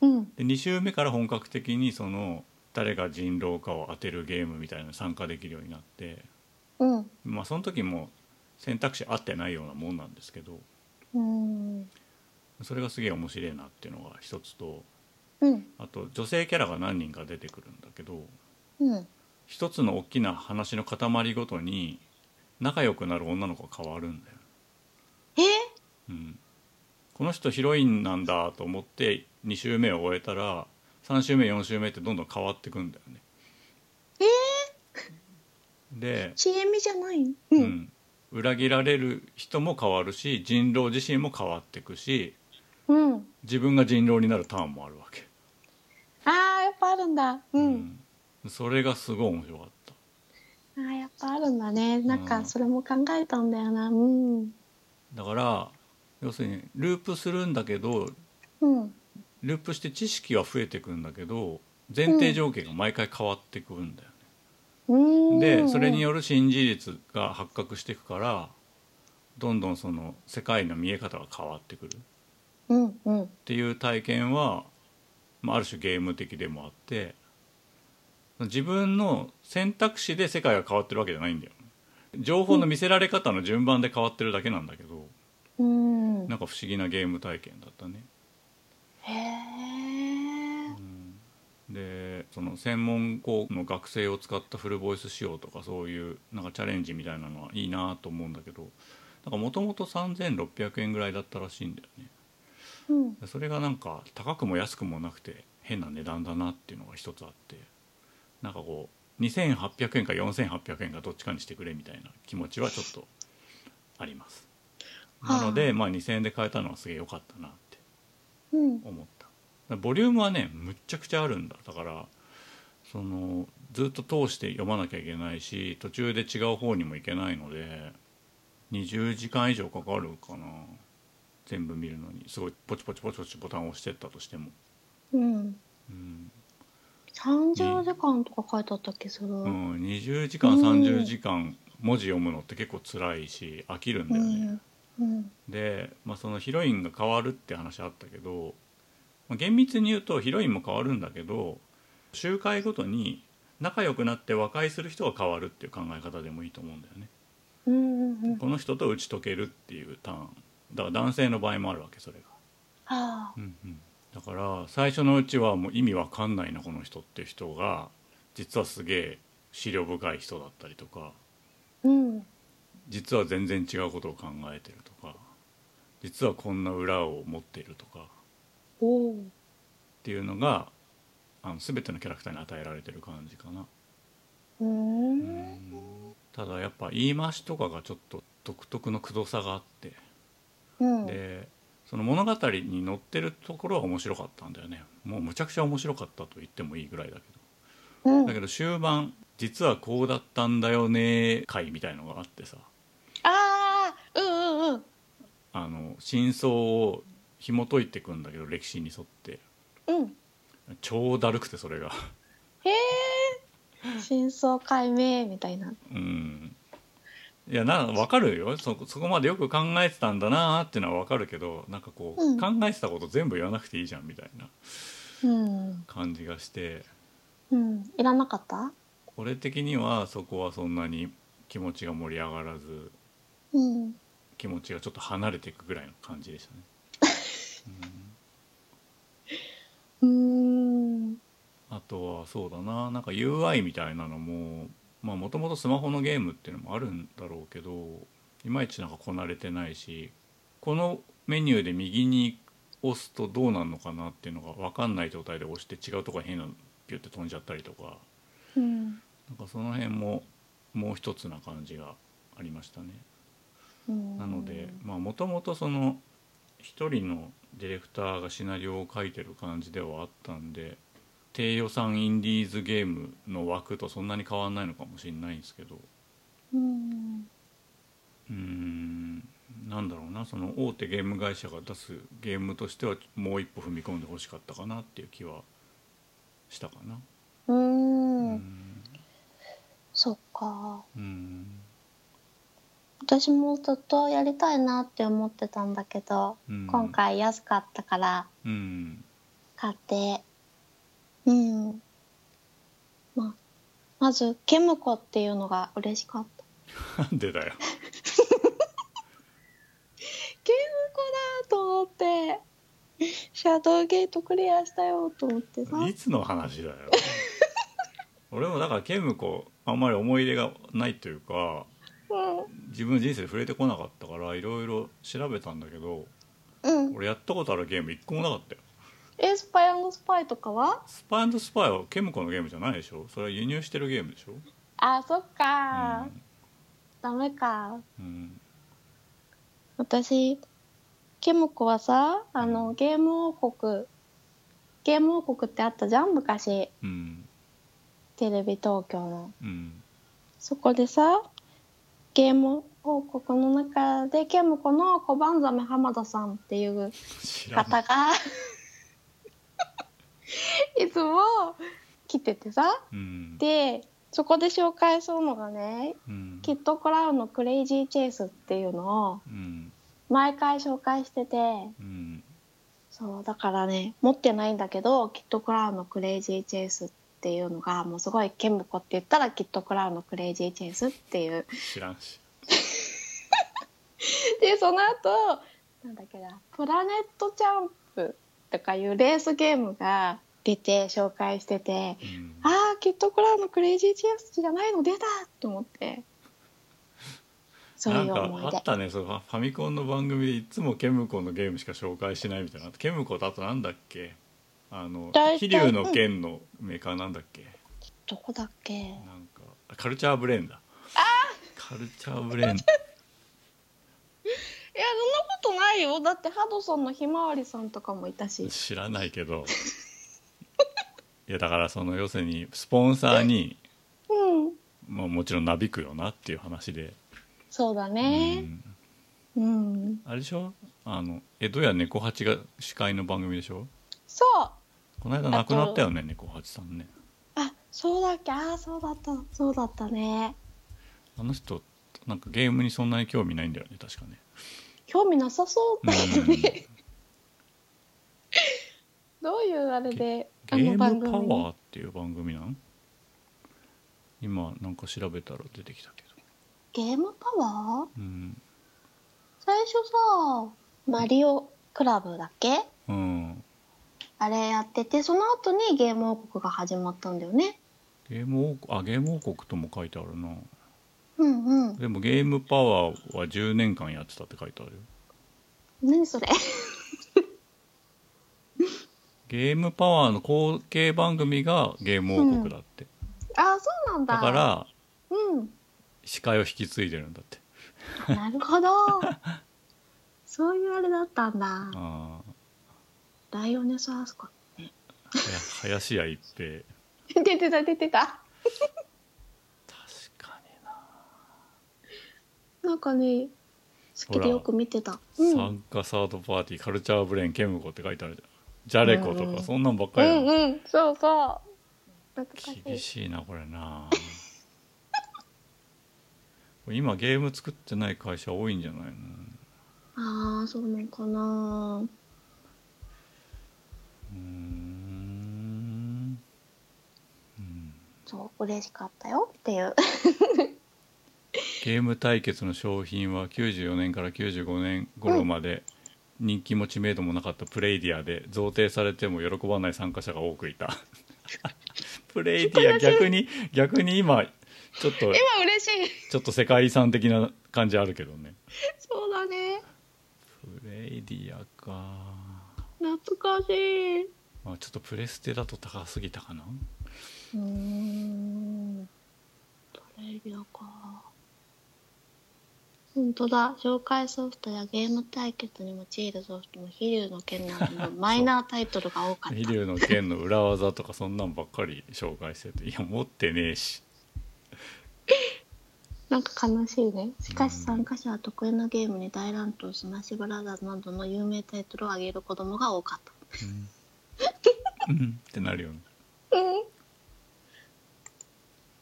うんで2周目から本格的にその誰が人狼かを当てるゲームみたいなのに参加できるようになってうんまあその時も選択肢合ってないようなもんなんですけどうんそれがすげえ面白いなっていうのが一つとうんあと女性キャラが何人か出てくるんだけどうん一つの大きな話の塊ごとに仲良くなる女の子が変わるんだよ、えうん、この人ヒロインなんだと思って2周目を終えたら3周目4周目ってどんどん変わってくんだよねえで、 CM じゃないのう、うん裏切られる人も変わるし人狼自身も変わってくしうん自分が人狼になるターンもあるわけ、あーやっぱあるんだうん、うんそれがすごい面白かったあーやっぱあるんだねなんうかんそれも考えたんだよなうんだから要するにループするんだけどうんループして知識は増えてくんだけど前提条件が毎回変わってくるんだよね、うーんでそれによる新事実が発覚していくからどんどんその世界の見え方が変わってくるっうんうんていう体験は、まあ、ある種ゲーム的でもあって自分の選択肢で世界が変わってるわけじゃないんだよ情報の見せられ方の順番で変わってるだけなんだけどうんなんか不思議なゲーム体験だったねへえでその専門校の学生を使ったフルボイス仕様とかそういうなんかチャレンジみたいなのはいいなと思うんだけどなんかもともと3600円ぐらいだったらしいんだよねうんそれがなんか高くも安くもなくて変な値段だなっていうのが一つあってなんかこう2800円か4800円かどっちかにしてくれみたいな気持ちはちょっとありますはあなので、まあ、2000円で買えたのはすげえ良かったなってうん思っただからボリュームはねむっちゃくちゃあるんだだからそのずっと通して読まなきゃいけないし途中で違う方にも行けないので20時間以上かかるかな全部見るのにすごいポチポチポチポチボタンを押してったとしても、うんうん30時間とか書いてあったっけそれううんん、20時間30時間文字読むのって結構辛いし飽きるんだよね、うんで、まあ、そのヒロインが変わるって話あったけど、まあ厳密に言うとヒロインも変わるんだけど集会ごとに仲良くなって和解する人が変わるっていう考え方でもいいと思うんだよね。うんうんうんこの人と打ち解けるっていうターンだから男性の場合もあるわけそれが。はあうんうんだから最初のうちはもう意味わかんないなこの人っていう人が実はすげえ資料深い人だったりとかうん実は全然違うことを考えてるとか実はこんな裏を持っているとかおおっていうのがあの全てのキャラクターに与えられてる感じかな、うーんただやっぱ言い回しとかがちょっと独特のくどさがあって、うんでその物語に載ってるところは面白かったんだよねもうむちゃくちゃ面白かったと言ってもいいぐらいだけうどだんけど終盤実はこうだったんだよね回みたいのがあってさああうんうんうんあの真相を紐解いてくんだけど歴史に沿ってうん超だるくてそれが 真相解明みたいなうんいやな分かるよそそこまでよく考えてたんだなーってのは分かるけどなんかこう、うん考えてたこと全部言わなくていいじゃんみたいなうん感じがしてうんいらなかった俺的にはそこはそんなに気持ちが盛り上がらずうん気持ちがちょっと離れていくぐらいの感じでしたね。うーんあとはそうだななんか UI みたいなのもまあもともとスマホのゲームっていうのもあるんだろうけどいまいちなんかこなれてないしこのメニューで右に押すとどうなるのかなっていうのが分かんない状態で押して違うとこに変なのピュって飛んじゃったりとかうんなんかその辺ももう一つな感じがありましたね。うんなのでまあもともとその一人のディレクターがシナリオを書いてる感じではあったんで低予算インディーズゲームの枠とそんなに変わんないのかもしれないんですけどうんうーんなんだろうなその大手ゲーム会社が出すゲームとしてはもう一歩踏み込んでほしかったかなっていう気はしたかな。う、うんんそっかうん私もずっとやりたいなって思ってたんだけど、うん今回安かったからうん買ってうんまあまずケムコっていうのが嬉しかったなんでだよ。ケムコだと思ってシャドウゲートクリアしたよと思ってさいつの話だよ俺もだからケムコあんまり思い入れがないというか自分の人生で触れてこなかったからいろいろ調べたんだけどうん、うん、俺やったことあるゲーム一個もなかったよえスパイスパイとかはスパイスパイはケムコのゲームじゃないでしょそれは輸入してるゲームでしょあそっか、ダメかうん、うん私ケムコはさあうのゲーム王国ゲーム王国ってあったじゃん昔うんテレビ東京のうんそこでさゲーム王国の中でケムコの小判ザメ浜田さんっていう知らな方い がいつも来ててさうんでそこで紹介するのがねうんキット・クラウンの「クレイジー・チェイス」っていうのをうん毎回紹介しててうんそうだからね持ってないんだけどキット・クラウンの「クレイジー・チェイス」っていうのがもうすごいケムコって言ったらキット・クラウンの「クレイジー・チェイス」っていう知らんしでその後なんだっけな「プラネット・チャンプ」とかいうレースゲームが出て紹介しててうんああキット・クラウンの「クレイジー・チェイス」じゃないの出たと思ってそうないんうか思いあ出ったねそのファファミコンの番組でいつもケムコのゲームしか紹介しないみたいなのあってケムコとあとなんだっけあの大体桐生の剣のメーカーなんだっけどこだっけなんかカルチャーブレーンだカルチャーブレーンいやそんなことないよだってハドソンのひまわりさんとかもいたし知らないけどいやだからその要するにスポンサーに、うんまあ、もちろんなびくよなっていう話で、そうだうねん、うん、あれでしょあの江戸や猫八が司会の番組でしょそうこの間亡くなったよね猫八さんねあそうだっけああそうだったそうだったねあの人なんかゲームにそんなに興味ないんだよね確かね興味なさそうだよね、どういうあれであゲーのム番組パワーにっていう番組なん今なんか調べたら出てきたけどゲームパワーうん、最初さマリオクラブだっけうん、あれやっててその後にゲーム王国が始まったんだよねゲーム王国あゲーム王国とも書いてあるなうんうんでもゲームパワーは10年間やってたって書いてあるよ何それ ゲームパワーの後継番組がゲーム王国だって、あそうなんだだからうん司会を引き継いでるんだってなる ほど。そういうあれだったんだ。ああライオネスアースか。林家一平出てた出てた。確かにななんかね、好きでよく見てた。うん。うん参加サードパーティーカルチャーブレーンケムコって書いてあるじゃんジャレコとうんうんかそんなんばっかりだもんうん。そうそう。懐かし厳い。しいなこれな今ゲーム作ってない会社多いんじゃないのああ、そうなのかな。うーんうんそう、嬉しかったよっていう。ゲーム対決の商品は94年から95年頃まで人気も知名度もなかったプレイディアで贈呈されても喜ばない参加者が多くいた プレイディア逆に逆に今ちょっと今嬉しい。ちょっと世界遺産的な感じあるけどねそうだね。プレイディアか懐かしい。うまあちょっとプレステだと高すぎたかなーん。トレビアか。本当だ。紹介ソフトやゲーム対決に用いるソフトも飛竜の剣などのマイナータイトルが多かっ飛た。龍の剣の裏技とかそんなんばっかり紹介してていや持ってねえしなんか悲しいね。しかしうん参加者は得意なゲームに大乱闘、スマッシュブラザーズなどの有名タイトルを挙げる子供が多かった。うんうんってなるよね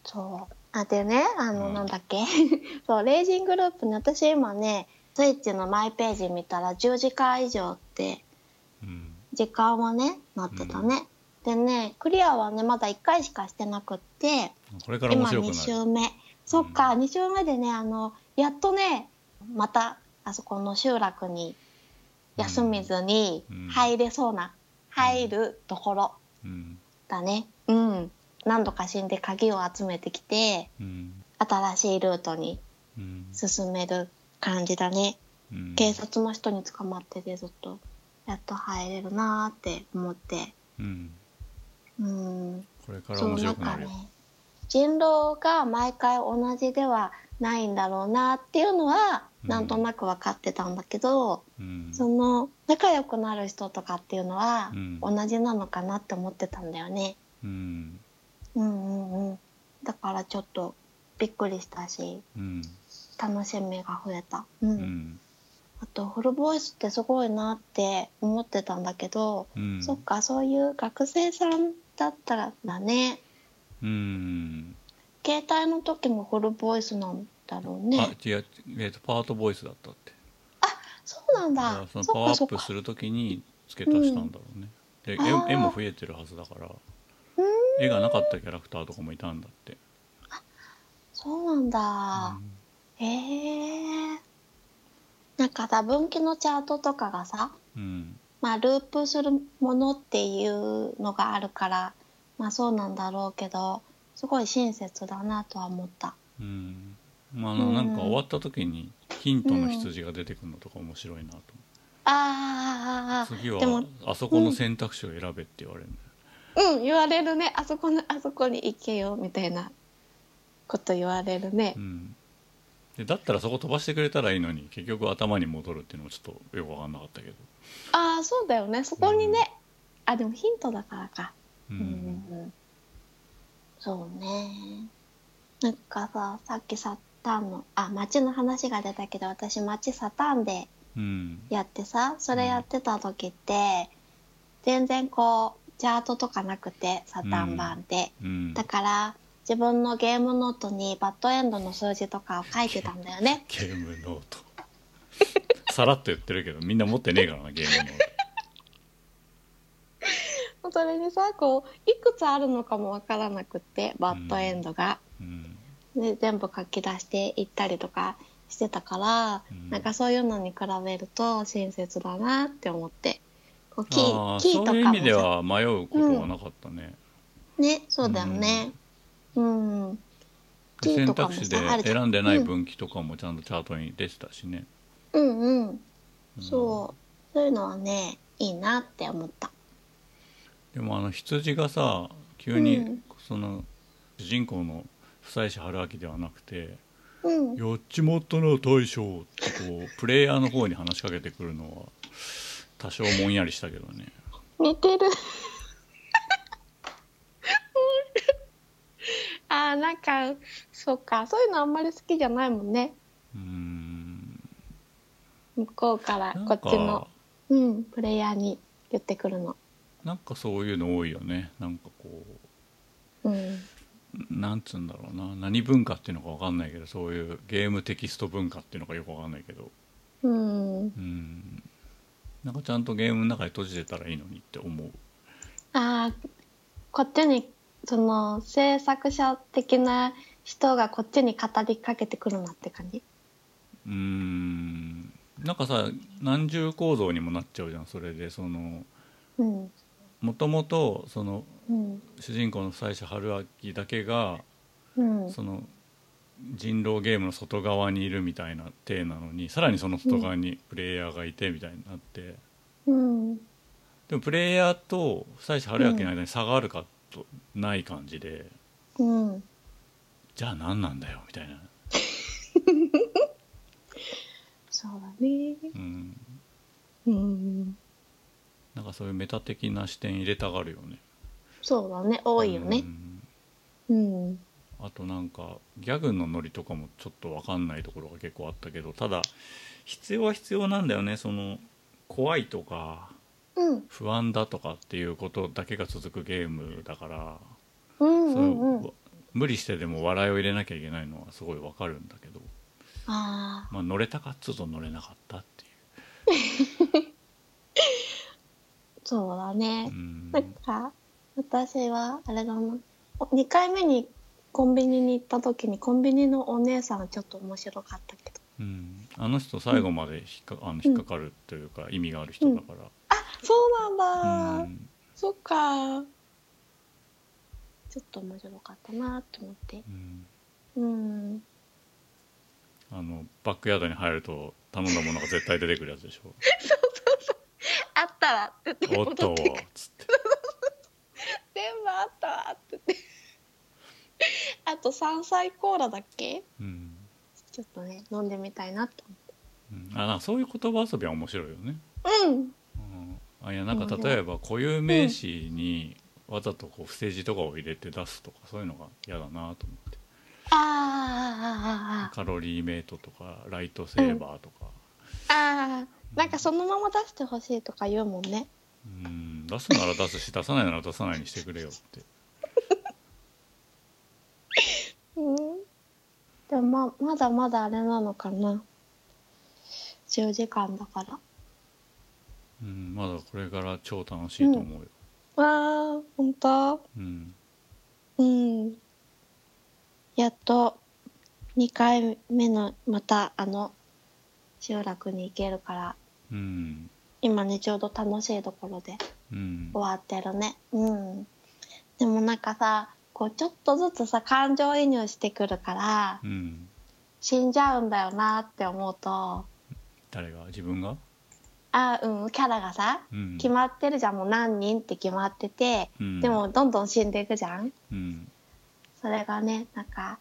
そう。あ、でね、あの、うんなんだっけ そう、レイジングループに私今ね、スイッチのマイページ見たら10時間以上ってうん時間はね、なってたね。でね、クリアはね、まだ1回しかしてなくって、これから面今白く2な週る目。そっか、2週目でね、あの、やっとね、また、あそこの集落に、休みずにうん入れそうな、入るところうんだね。うん。何度か死んで鍵を集めてきて、うん新しいルートにうん進める感じだね、うん警察の人に捕まっててずっとやっと入れるなーって思ってうんうんこれから面白くなるよ人狼が毎回同じではないんだろうなっていうのはうんなんとなく分かってたんだけど、うんその仲良くなる人とかっていうのはうん同じなのかなって思ってたんだよね。うんうんうんうん、だからちょっとびっくりしたしうん楽しみが増えた。ううんんあとフルボイスってすごいなって思ってたんだけど、うんそっかそういう学生さんだったらだねうん携帯の時もフルボイスなんだろうあね違うえっとパートボイスだったってそうなんだかだらそのパそっワーかアそッっプかするときに付け足したんだろうね、あーで絵絵も増えてるはずだからうん絵がなかったキャラクターとかもいたんだってそうなんだへえなんかさ分岐のチャートとかがさうんまあループするものっていうのがあるからまあそうなんだろうけどすごい親切だなとは思ったうんまああのうんなんか終わった時にヒントの羊が出てくるのとか面白いなとあーあーあーあー次はでもあそこの選択肢を選べって言われるんだようん言われるねあそこのあそこに行けよみたいなこと言われるねう、んでだったらそこ飛ばしてくれたらいいのに結局頭に戻るっていうのもちょっとよく分かんなかったけどああそうだよねそこにね、あでもヒントだからかううんんうんうんそうねなんかささっきサターンのあ街の話が出たけど私街サターンでうんやってさそれやってた時って全然こうチャートとかなくてサターン版って、うんだから自分のゲームノートにバッドエンドの数字とかを書いてたんだよ ね。ゲームノート さらっと言ってるけどみんな持ってねえからなゲームノートそれにさこういくつあるのかもわからなくってバッドエンドが、うんで全部書き出していったりとかしてたから、うんなんかそういうのに比べると親切だなって思ってこうキあーあキーとそうかいう意味でもさは迷うことはなかったね、ねそうだよね。うん、キーと選か択も肢さであるじゃん選んでない分岐とかもちゃんとチャートに出てたしね、うんうんうんそうそういうのはねいいなって思った。でもあの羊がさ急うにんその主人公の久石春明ではなくてうん「よっちもっとの大将」ってこうプレイヤーの方に話しかけてくるのは多少もんやりしたけどね似てる あーなんかそうかそういうのあんまり好きじゃないもんねうーん向こうからなんこかっちの、うん、プレイヤーに言ってくるのなんかそういうの多いよねなんかこうんうなんつうんだろうな何文化っていうのかわかんないけどそういうゲームテキスト文化っていうのかよくわかんないけどうんうんなんかちゃんとゲームの中に閉じてたらいいのにって思うあーこっちにその制作者的な人がこっちに語りかけてくるなって感じうーんなんかさ何重構造にもなっちゃうじゃんそれでそのうんもともとそのうん主人公の最初春明だけがうんその人狼ゲームの外側にいるみたいな体なのにさらにその外側にプレイヤーがいてみたいになってうんでもプレイヤーと最初春明の間に差があるかとない感じでうんじゃあ何なんだよみたいな、そうだねうん、うんなんかそういうメタ的な視点入れたがるよねそうだね多いよね、うんうん。あとなんかギャグのノリとかもちょっと分かんないところが結構あったけどただ必要は必要なんだよねその怖いとかうん不安だとかっていうことだけが続くゲームだから、うんそうんううん無理してでも笑いを入れなきゃいけないのはすごい分かるんだけど、あまあ、乗れたかっつうと乗れなかったっていーそうだねう。う、んなんか私はあれだなお2回目にコンビニに行った時にコンビニのお姉さんがちょっと面白かったけどうん、あの人最後まで引っかあの引っかかるというか意味がある人だかあそうなんら、だ、うんそっかちょっと面白かったなと思ってうんうんあのバックヤードに入ると頼んだものが絶対出てくるやつでしょあったらって言っておっと戻ってくるつって全部あったわって言ってあと山菜コーラだっけうん、ちょっとね飲んでみたいなとうんあなんかそういう言葉遊びは面白いよね、思ってうん、あいやなんか例えば固有名詞にわざとこう不正字とかを入れて出すとかそういうのが嫌だなと思ってあああああカロリーメイトとかライトセーバーとか、あああなんかそのまま出してほしいとか言うもんねうん、出すなら出すし出さないなら出さないにしてくれよってうんでもままだまだあれなのかな10時間だからうん、まだこれから超楽しいと思うよ。わあ本当うん、うんやっと2回目のまたあの集落に行けるからうん、今ねちょうど楽しいところでうん、終わってるねうんでもなんかさこうちょっとずつさ感情移入してくるからうん、死んじゃうんだよなって思うと誰が自分が？あうんキャラがさうん、決まってるじゃんもう何人って決まっててうん、でも、どんどん死んでいくじゃんうん、それがねなんか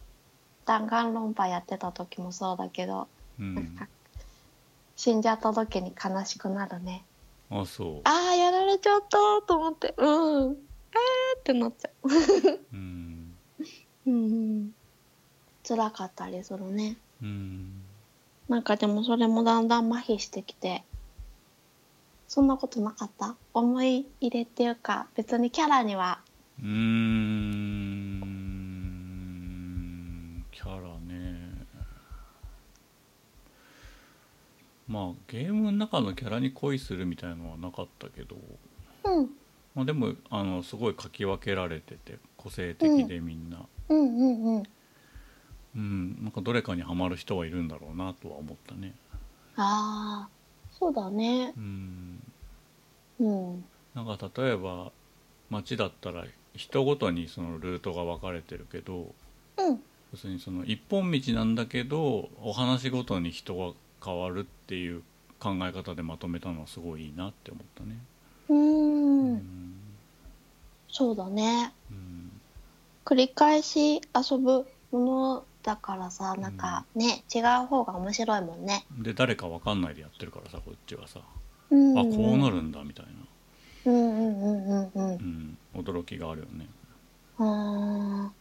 弾丸論破やってた時もそうだけどうん、死んじゃった時に悲しくなるねあ、そああやられちゃったと思ってうんあーってなっちゃう、うん、ううん辛かったりするねうん、なんかでもそれもだんだん麻痺してきてそんなことなかった思い入れっていうか別にキャラにはうーん、キャラね。まあゲームの中のキャラに恋するみたいのはなかったけど、うんまあでもあのすごい書き分けられてて個性的でみんな。うんうんうんうん、なんかどれかにはまる人はいるんだろうなとは思ったね。ああそうだねうん、うんなんか例えば街だったら人ごとにそのルートが分かれてるけどうん要するにその一本道なんだけどお話ごとに人が変わるっていう考え方でまとめたのはすごいいいなって思ったね。ううーんんそうだねうん繰り返し遊ぶものだからさなんかね、違う方が面白いもんね。で誰か分かんないでやってるからさこっちはさ、うんあこうなるんだみたいな、うんうんうんうんうんうん、驚きがあるよね。うーん。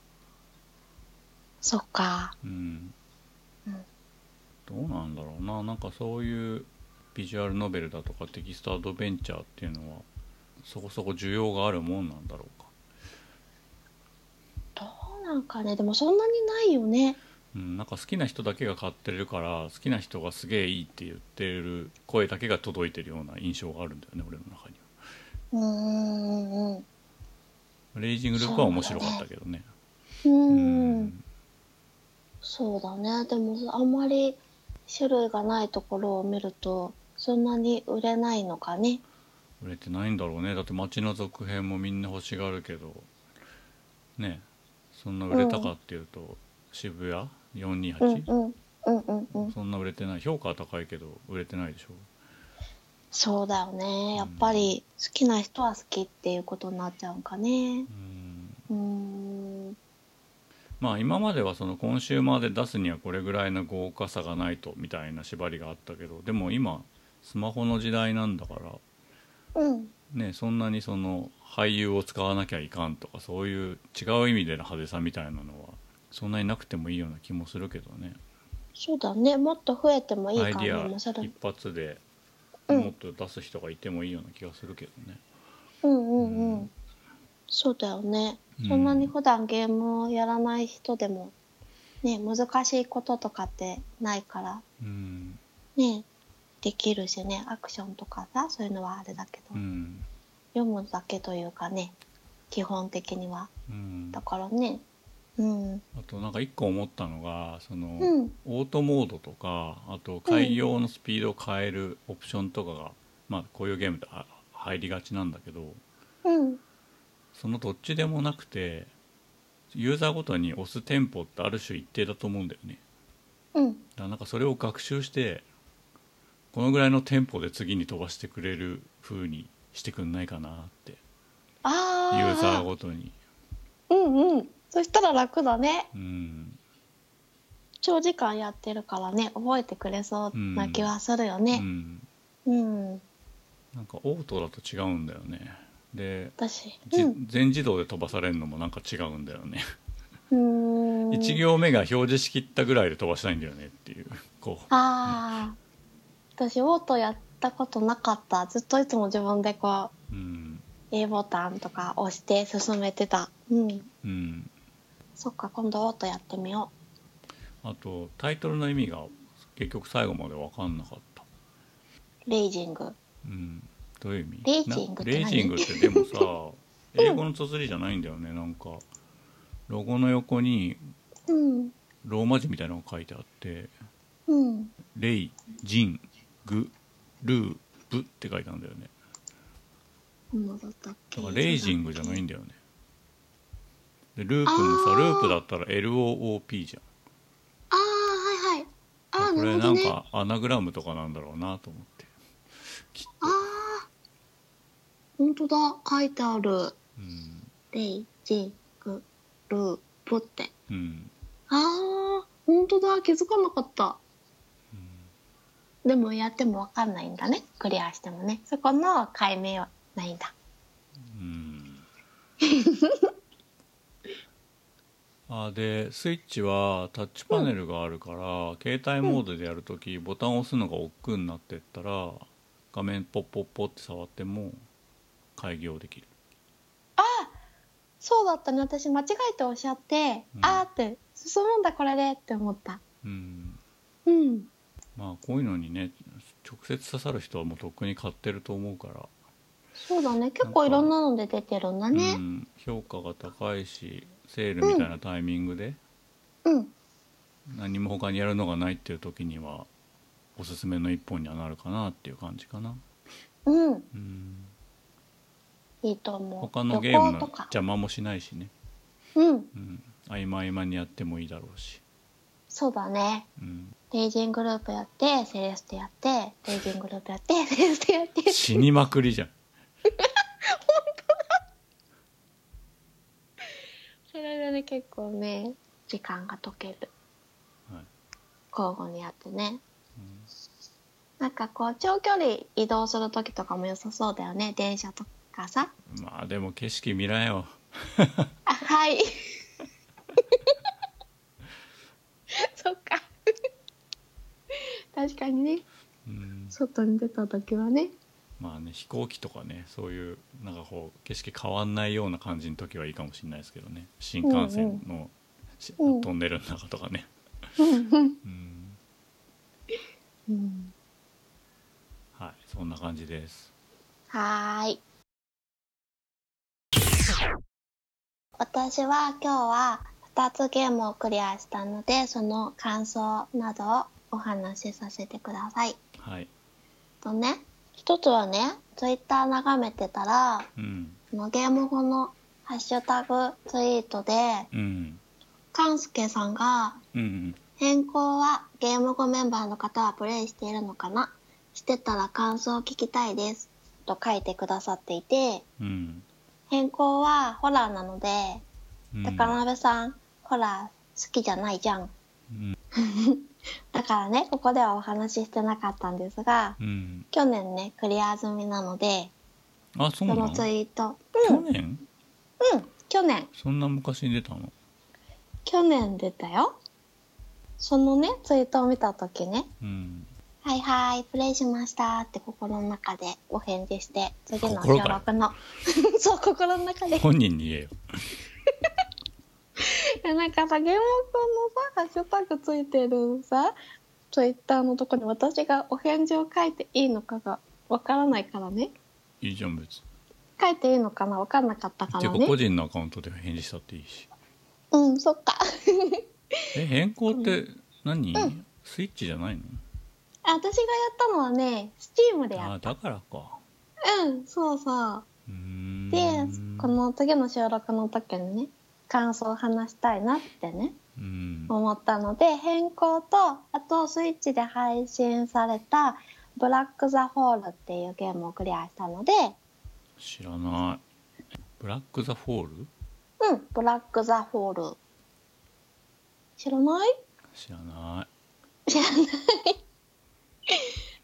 そっか。うんうんどうなんだろうななんかそういうビジュアルノベルだとかテキストアドベンチャーっていうのはそこそこ需要があるもんなんだろうか、どうなんかねでもそんなにないよね。うん、なんか好きな人だけが買ってるから好きな人がすげえいいって言ってる声だけが届いてるような印象があるんだよね俺の中にはうーんうんレイジングループは面白かったけどねう。うんうん。そうだねでもあんまり種類がないところを見るとそんなに売れないのかね。売れてないんだろうねだって街の続編もみんな欲しがるけどねそんな売れたかっていうと、渋谷428、うんうんうんうんうん。そんな売れてない評価は高いけど売れてないでしょそうだよねやっぱり好きな人は好きっていうことになっちゃうんかねううんーんまあ今まではそのコンシューマーで出すにはこれぐらいの豪華さがないとみたいな縛りがあったけどでも今スマホの時代なんだからうんねそんなにその俳優を使わなきゃいかんとかそういう違う意味での派手さみたいなのはそんなになくてもいいような気もするけどねそうだねもっと増えてもいいアイデ感じもすィアる一発でうんもっと出す人がいてもいいような気がするけどね、うんうんううんんそうだよねうんそんなに普段ゲームをやらない人でもね難しいこととかってないからうんねできるしねアクションとかさそういうのはあれだけど、うん読むだけというかね基本的にはうん、だあからねうんとなんか一個思ったのがその、うんオートモードとかあと改良のスピードを変えるオプションとかが、まあこういうゲームでは入りがちなんだけどうんそのどっちでもなくてユーザーごとに押すテンポってある種一定だと思うんだよねうんだからなんかそれを学習してこのぐらいのテンポで次に飛ばしてくれる風にしてくんないかなってああユーザーごとにうんうんそしたら楽だねうん長時間やってるからね覚えてくれそうな気はするようねんうん、なんかオートだと違うんだよねで、私じうん全自動で飛ばされるのもなんか違うんだよねうーん1行目が表示しきったぐらいで飛ばしたいんだよねっていうこうああ私オートやったことなかったずっといつも自分でこううん、 A ボタンとか押して進めてたうんうん、そっか今度オートやってみよあとタイトルの意味が結局最後まで分かんなかった、うレイジングうん、どういう意味レイジングって何なレイジングってでもさ 英語の綴りじゃないんだよねなんかロゴの横にうんローマ字みたいなのが書いてあってうん「レイジングルーブ」って書いてあるんだよね戻ったっけだからレイジングじゃないんだよねでループもあさーループだったら LOOP じゃんああはいはいああこなるれほなどんねかアナグラムとかなんだろうなと思って、ああ本当だ書いてあるうんレイジングループってうんああ本当だ気づかなかったうんでもやってもわかんないんだねクリアしてもねそこの解明はないんだうん、あでスイッチはタッチパネルがあるから、携帯モードでやるときボタンを押すのが億劫になってったら画面ポッポッポって触っても開業できるそうだったね私間違えておっしゃって、うんあーって進むんだこれでって思ったうんうんまあこういうのにね直接刺さる人はもうとっくに買ってると思うからそうだね結構いろんなので出てるんだうねん、評価が高いしセールみたいなタイミングでうん何も他にやるのがないっていう時にはおすすめの一本にはなるかなっていう感じかな、うん、うん、いいと思う他のゲーム旅の行とか邪魔もしないしね、うんうん、合間合間にやってもいいだろうし、そうだねうん、レイジングループやってセレステやってレイジングループやって セレステやって死にまくりじゃんそれでね結構ね時間が解ける、はい交互にやってねなんかこう長距離移動する時とかも良さそうだよね電車とかさまあでも景色見らんよあはい そっか確かにねうん、外に出た時はねまあね飛行機とかねそういうなんかこう景色変わんないような感じの時はいいかもしれないですけどね新幹線のし、うんうんトンネルの中とかね、うんうん、うんはいそんな感じですはーい私は今日は2つゲームをクリアしたのでその感想などをお話しさせてくださいはいとね一つはねツイッター眺めてたらうんあのゲーム後のハッシュタグツイートでうん勘介さんがうん変更はゲーム後メンバーの方はプレイしているのかなしてたら感想を聞きたいですと書いてくださっていてうん変更はホラーなのでうん高鍋さん、ホラー好きじゃないじゃんうん だからねここではお話ししてなかったんですがうん去年ねクリア済みなのであそそうなののツイート去年うん去年そんな昔に出たの去去年出たよ。そのね、ツイートを見たときね、うん、はいはい、プレイしましたって心の中でお返事して、次の収心か録の、 そう、心の中で。本人に言えよいやなんかさ、ゲームくんのさ、ハッシュタグついてるさ、ツイッターのとこに私がお返事を書いていいのかがわからないからね。いいじゃん別に書いていいのかなわかんなかったかてらか個ね。人のアカウントで返事したっていいしうん、そっか。え変更って何、うんスイッチじゃないのあ私がやったのはね、Steam でやあっだからかた。うん、そうそう。うーんで、この次の収録の時にね、感想を話したいなってね。うん思ったので変更とあとスイッチで配信された「ブラック・ザ・ホール」っていうゲームをクリアしたので知らないブラック・ザ・フォールうん「ブラック・ザ・ホール」知らない知らない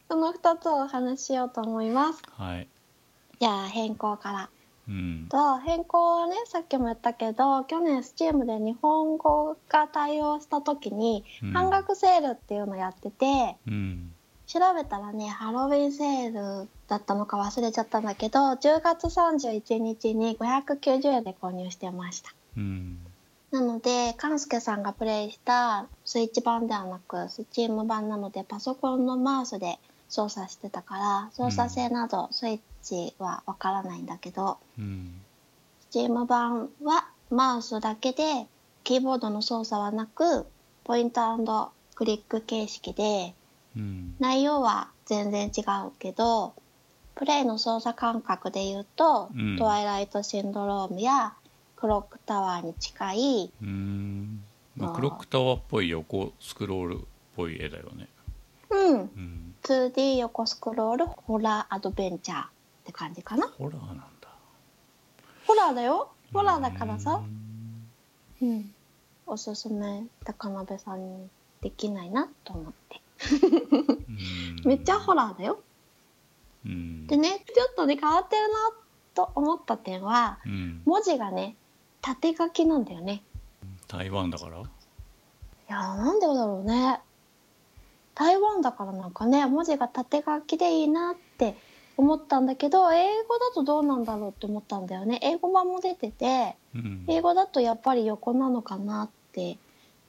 その2つをお話ししようと思いますはいじゃあ変更からうんと変更はねさっきも言ったけど去年 Steam で日本語が対応した時にうん半額セールっていうのやってて、うん調べたらねハロウィンセールだったのか忘れちゃったんだけど10月31日に590円で購入してましたうんなので勘介さんがプレイしたスイッチ版ではなくスチーム版なのでパソコンのマウスで操作してたから操作性などスイッチはわからないんだけど、うんスチーム版はマウスだけでキーボードの操作はなくポイントクリック形式でうん内容は全然違うけどプレイの操作感覚で言うと「うんトワイライトシンドローム」や「クロックタワー」に近いうんあまあークロックタワーっぽい横スクロールっぽい絵だよねうんうん 2D 横スクロールホラーアドベンチャーって感じかなホラーなんだホラーだよホラーだからさう、んうん、おすすめ高鍋さんにできないなと思ってうんめっちゃホラーだようんでねちょっとね変わってるなと思った点はうん文字がね縦書きなんだよね台湾だからいやーなんでだろうね台湾だからなんかね文字が縦書きでいいなって思ったんだけど英語だとどうなんだろうって思ったんだよね英語版も出ててうん英語だとやっぱり横なのかなって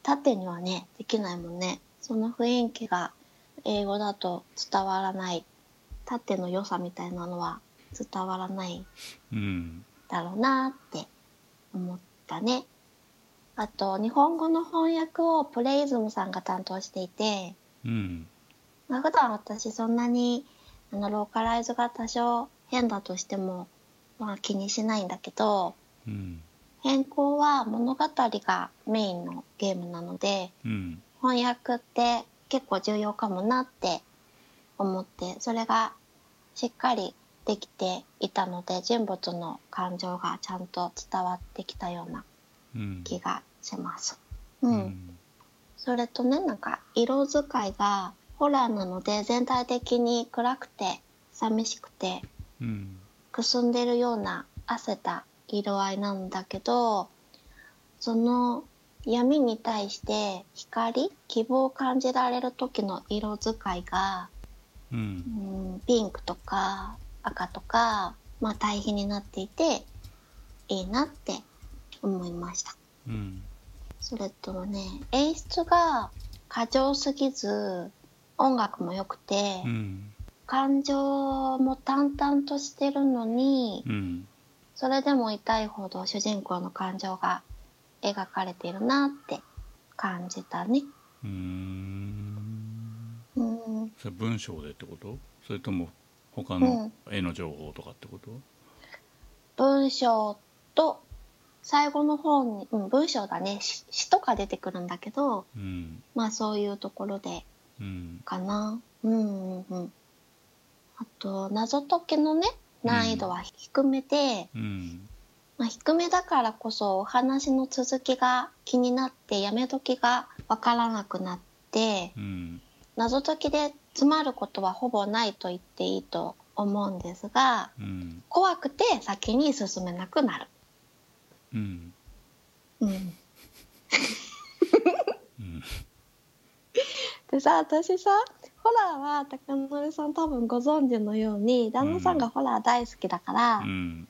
縦にはねできないもんねその雰囲気が英語だと伝わらない縦の良さみたいなのは伝わらないうんだろうなって思ったね。あと、日本語の翻訳をプレイズムさんが担当していて、うんまあ、普段私そんなにあのローカライズが多少変だとしても、まあ、気にしないんだけど、うん変更は物語がメインのゲームなので、うん翻訳って結構重要かもなって思ってそれがしっかりできていたので人物の感情がちゃんと伝わってきたようなうん気がします。うん、うんそれとねなんか色使いがホラーなので全体的に暗くて寂しくてうんくすんでるような汗た色合いなんだけどその闇に対して光希望を感じられる時の色使いが、ううんん、ピンクとか赤とか、まあ、対比になっていていいなって思いました。うんそれとね演出が過剰すぎず音楽も良くて、うん感情も淡々としてるのに、うんそれでも痛いほど主人公の感情が描かれているなって感じたね。うーんうん。それ文章でってことそれとも他うのん絵の情報とかってこと文章と最後の方に、うん、文章だね詩詩とか出てくるんだけど、うんまあそういうところでうんかな。うんうんうん。あと、謎解きのね、難易度は低めで、うんまあ、低めだからこそお話の続きが気になってやめ時がわからなくなって、うん謎解きで詰まることはほぼないと言っていいと思うんですがうん怖くて先に進めなくなる。うんうん、でさ私さホラーは高典さん多分ご存知のように旦那さんがホラー大好きだから、うん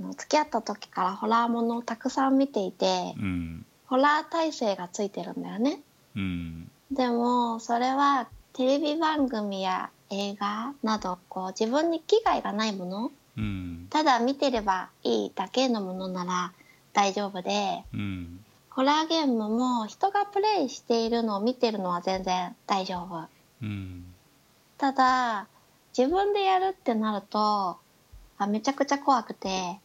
あの付き合った時からホラーものをたくさん見ていて、うんホラー体制がついてるんだよねうんでもそれはテレビ番組や映画などこう自分に危害がないものうんただ見てればいいだけのものなら大丈夫でうんホラーゲームも人がプレイしているのを見てるのは全然大丈夫うんただ自分でやるってなるとあめちゃくちゃ怖くて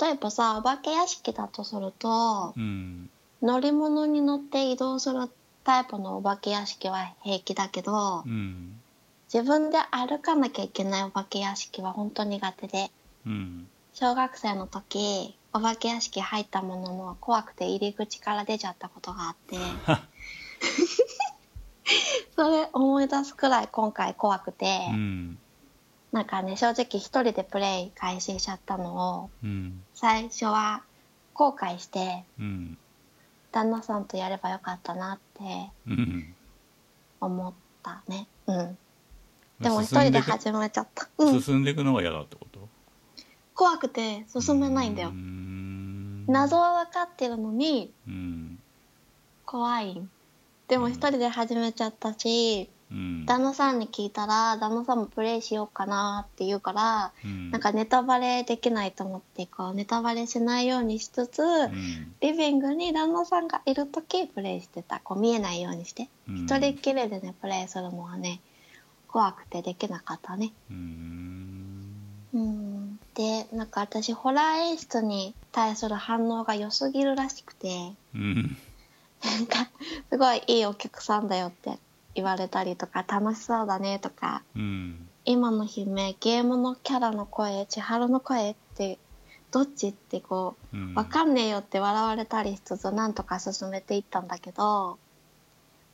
例えばさお化け屋敷だとするとうん乗り物に乗って移動するタイプのお化け屋敷は平気だけどうん自分で歩かなきゃいけないお化け屋敷は本当苦手でうん小学生の時お化け屋敷入ったものの怖くて入り口から出ちゃったことがあって それ思い出すくらい今回怖くて、うんなんかね正直一人でプレイ開始しちゃったのをうん最初は後悔してうん旦那さんとやればよかったなってうん思ったねうんでも一人で始めちゃったうん進んでいくのが嫌だってこと怖くて進めないんだようーん謎は分かってるのにうん怖いでも一人で始めちゃったし、うん旦那さんに聞いたら旦那さんもプレイしようかなって言うから、うんなんかネタバレできないと思ってこうネタバレしないようにしつつ、うんリビングに旦那さんがいる時プレイしてたこう見えないようにしてうん一人っきりでねプレイするのはね怖くてできなかったねうーんうんでなんか私ホラー演出に対する反応が良すぎるらしくてうんなんかすごいいいお客さんだよって言われたりとか楽しそうだねとかうん今の悲鳴ゲームのキャラの声千春の声ってどっちってこううんわかんねえよって笑われたりしつつなんとか進めていったんだけど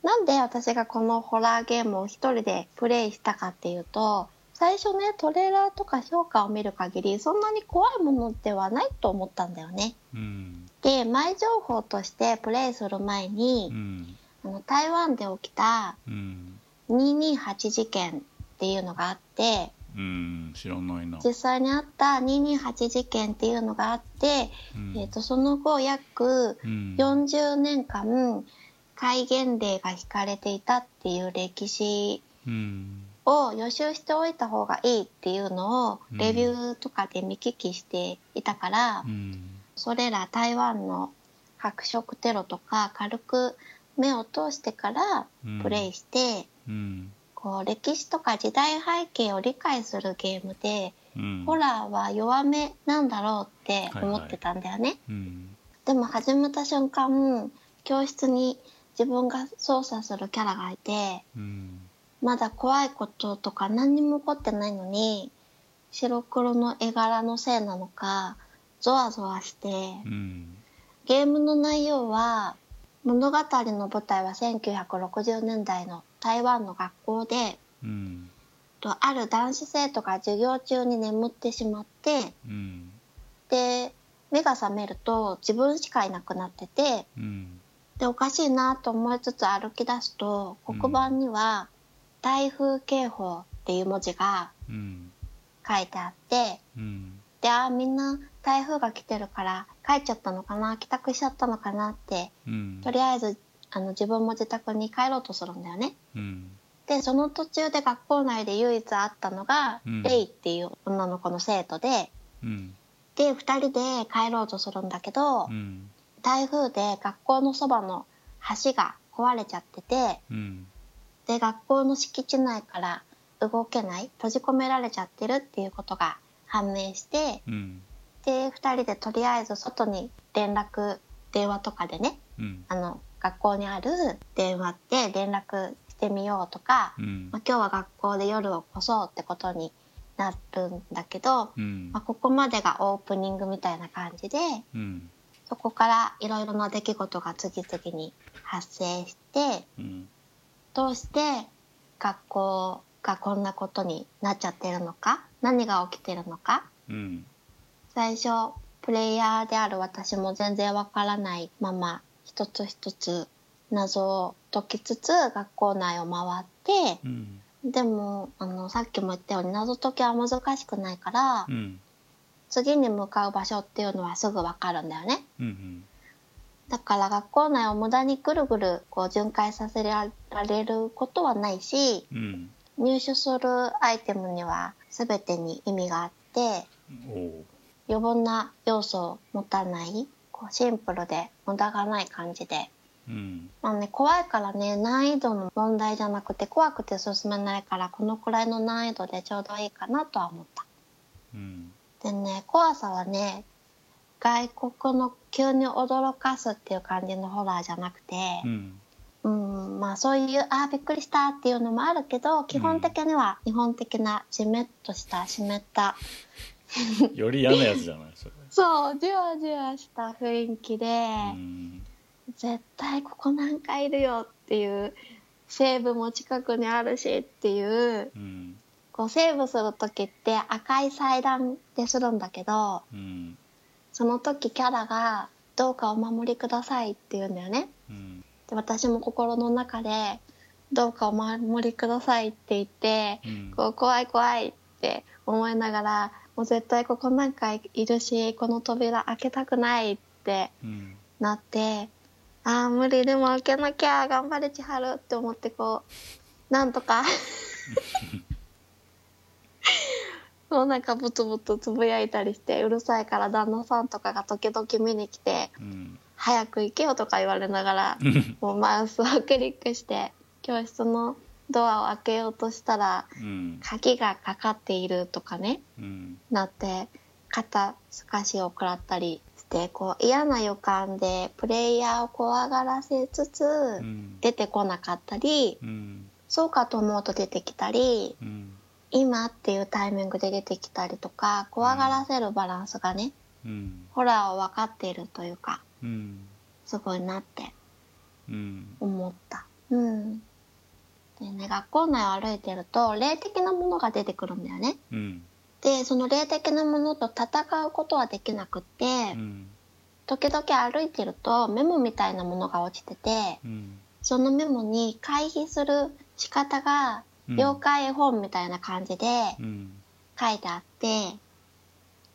なんで私がこのホラーゲームを一人でプレイしたかっていうと最初ねトレーラーとか評価を見る限りそんなに怖いものではないと思ったんだよね。うんで前情報としてプレイする前うに、んあの台湾で起きたうん228事件っていうのがあってうん知らないな実際にあった228事件っていうのがあって、うんえー、とその後約うん40年間戒厳令が引かれていたっていう歴史うんを予習しておいた方がいいっていうのをうんレビューとかで見聞きしていたから、うんそれら台湾の白色テロとか軽く目を通してからうんプレイして、うんこう歴史とか時代背景を理解するゲームで、うんホラーは弱めなんだろうって思ってたんだよね。うんでも始めた瞬間教室に自分が操作するキャラがいてうんまだ怖いこととか何にも起こってないのに白黒の絵柄のせいなのかゾワゾワしてうんゲームの内容は物語の舞台は1960年代の台湾の学校でうんとある男子生徒が授業中に眠ってしまってうんで目が覚めると自分しかいなくなっててうんでおかしいなと思いつつ歩き出すとうん黒板には「台風警報」っていう文字がうん書いてあってうんであーみんな台風が来てるから帰っちゃったのかな帰宅しちゃったのかなってうんとりあえずあの自分も自宅に帰ろうとするんだよね。うんでその途中で学校内で唯一会ったのが、うんレイっていう女の子の生徒でうんで2人で帰ろうとするんだけど、うん台風で学校のそばの橋が壊れちゃってて。うんで学校の敷地内から動けない閉じ込められちゃってるっていうことが判明してうんで2人でとりあえず外に連絡電話とかでねうんあの学校にある電話で連絡してみようとか、うんまあ、今日は学校で夜を越そうってことになるんだけど、うんまあ、ここまでがオープニングみたいな感じでうんそこからいろいろな出来事が次々に発生して。うんどうして学校がこんなことになっちゃってるのか何が起きてるのかうん最初プレイヤーである私も全然わからないまま一つ一つ謎を解きつつ学校内を回ってうんでもあのさっきも言ったように謎解きは難しくないからうん次に向かう場所っていうのはすぐ分かるんだよね。うんうんだから学校内を無駄にぐるぐるこう巡回させられることはないしうん入手するアイテムには全てに意味があっておお余分な要素を持たないこうシンプルで無駄がない感じで。うんまあね、怖いからね難易度の問題じゃなくて怖くて進めないからこのくらいの難易度でちょうどいいかなとは思った。うんでね怖さはね外国の急に驚かすっていう感じのホラーじゃなくて、うんうんまあそういうあーびっくりしたっていうのもあるけど基本的には日本的なジメッとした湿ったより嫌なやつじゃないそれそうじわじわした雰囲気で、うん絶対ここなんかいるよっていう西部も近くにあるしっていううんこうセーブする時って赤い祭壇でするんだけどうんその時キャラが「どうかお守りください」って言うんだよね。うんで私も心の中で「どうかお守りください」って言ってうんこう怖い怖いって思いながらもう絶対ここなんかいるしこの扉開けたくないってうんなってああ無理でも開けなきゃ頑張れ千春って思ってこうなんとかもうなんかブツブツつぶやいたりしてうるさいから旦那さんとかが時々見に来てうん「早く行けよ」とか言われながらうんもうマウスをクリックして教室のドアを開けようとしたらうん鍵がかかっているとかねうんなって肩すかしを食らったりしてこう嫌な予感でプレイヤーを怖がらせつつうん出てこなかったりうんそうかと思うと出てきたりうん今っていうタイミングで出てきたりとか怖がらせるバランスがねうんホラーを分かっているというかうんすごいなってうん思った。うんでね、学校内を歩いてると霊的なものが出てくるんだよね。うんでその霊的なものと戦うことはできなくって、うん時々歩いてるとメモみたいなものが落ちててうんそのメモに回避する仕方がうん妖怪絵本みたいな感じでうん書いてあって、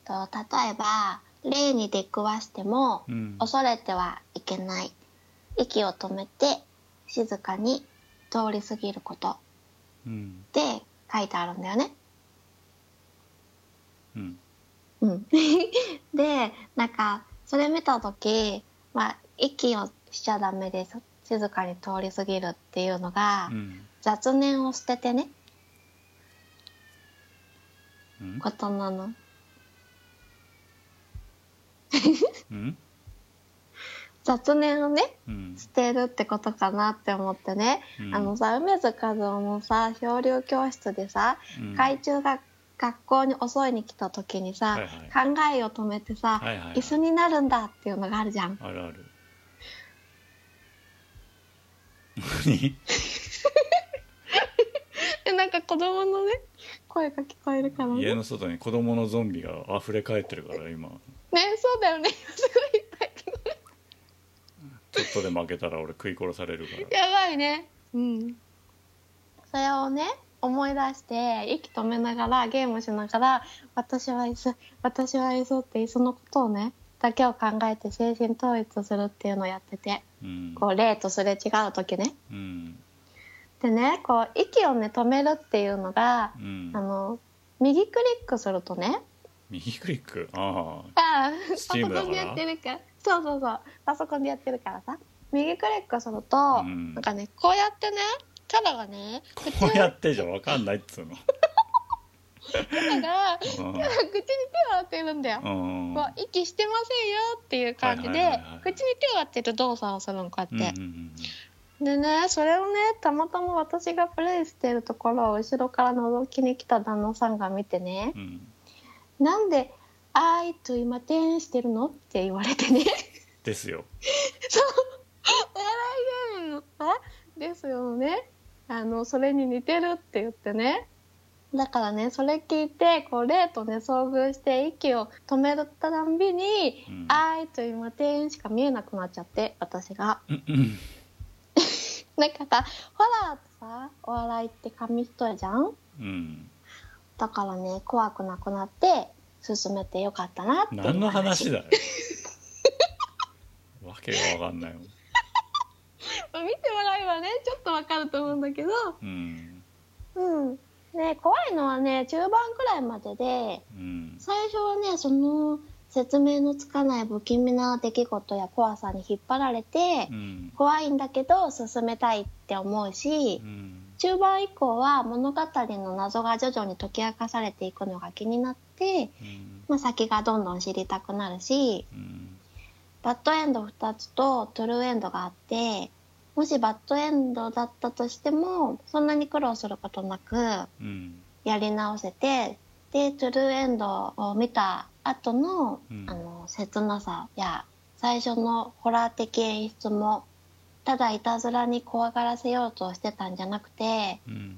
と例えば霊に出くわしてもうん恐れてはいけない息を止めて静かに通り過ぎることっうんて書いてあるんだよね。うんうん、 でなんかそれ見た時、まあ、息をしちゃダメです静かに通り過ぎるっていうのが、うん雑念を捨ててねうんことなのうん雑念をねうん捨てるってことかなって思ってね、うんあのさ梅津和夫のさ漂流教室でさうん海中が学校に襲いに来た時にさ、はい考えを止めてさ、はいはいはい椅子になるんだっていうのがあるじゃん。 あるある何えなんか子供のね声が聞こえるからね家の外に子供のゾンビが溢れ返ってるから今ねそうだよね すごいいっぱいちょっとで負けたら俺食い殺されるからやばいねうんそれをね思い出して息止めながらゲームしながら「私は椅子私は椅子」って椅子のことをねだけを考えて精神統一するっていうのをやっててうんこう霊とすれ違う時ねうんでねこう息をね止めるっていうのがあうんの右クリックするとね右クリックああああ、パソコ Steam だからンでやってるから。そうそうそう。パソコンでやってるからさ。右クリックすると、んなんかね、こうやってね、キャラがね、口こうやってじゃ分かんないっつうのキャラが、キうんャラが口に手を当てるんだよ。うんこう息してませんよっていう感じはいはいではいはい口に手を当てる動作をするのこううんうやって、んでねそれをねたまたま私がプレイしてるところを後ろから覗きに来た旦那さんが見てねうんう「んなんであーいと今転してるの?」って言われてねですよそう。お笑い芸人のさ、ですよね。あの、それに似てるって言ってね。だからね、それ聞いて、こう、霊とね、遭遇して、息を止めるたんびに、うんあーいと今、庭園しか見えなくなっちゃって、私が。うんうんなんかさホラーとさお笑いって紙一重じゃんうんだからね怖くなくなって進めてよかったなっていう何の話だよわけがわかんないもん見てもらえばねちょっとわかると思うんだけどうんうんね怖いのはね中盤くらいまででうん最初はねその説明のつかない不気味な出来事や怖さに引っ張られて、うん怖いんだけど進めたいって思うし、うん中盤以降は物語の謎が徐々に解き明かされていくのが気になって、うんまあ、先がどんどん知りたくなるしうんバッドエンド2つとトゥルーエンドがあってもしバッドエンドだったとしてもそんなに苦労することなくうんやり直せてでトゥルーエンドを見た後の,、うんあの切なさや最初のホラー的演出もただいたずらに怖がらせようとしてたんじゃなくてうん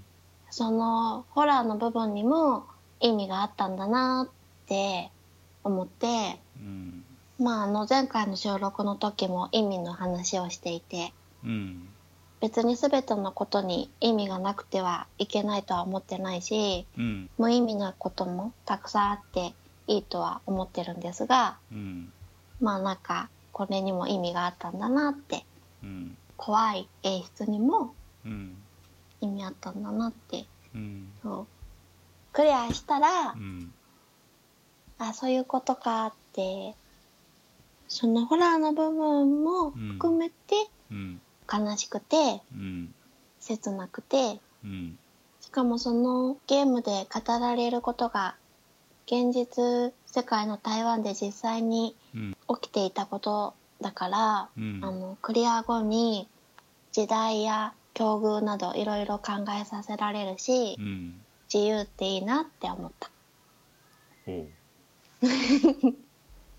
そのホラーの部分にも意味があったんだなって思って、うんまあ、あの前回の収録の時も意味の話をしていてうん別に全てのことに意味がなくてはいけないとは思ってないしうん無意味なこともたくさんあっていいとは思ってるんですがうんまあなんかこれにも意味があったんだなってうん怖い演出にもうん意味あったんだなってうんそうクリアしたら、うんあそういうことかってそのホラーの部分も含めてうん悲しくてうん切なくてうんしかもそのゲームで語られることが現実世界の台湾で実際にうん起きていたことだから、うんあのクリア後に時代や境遇などいろいろ考えさせられるしうん自由っていいなって思った。 おう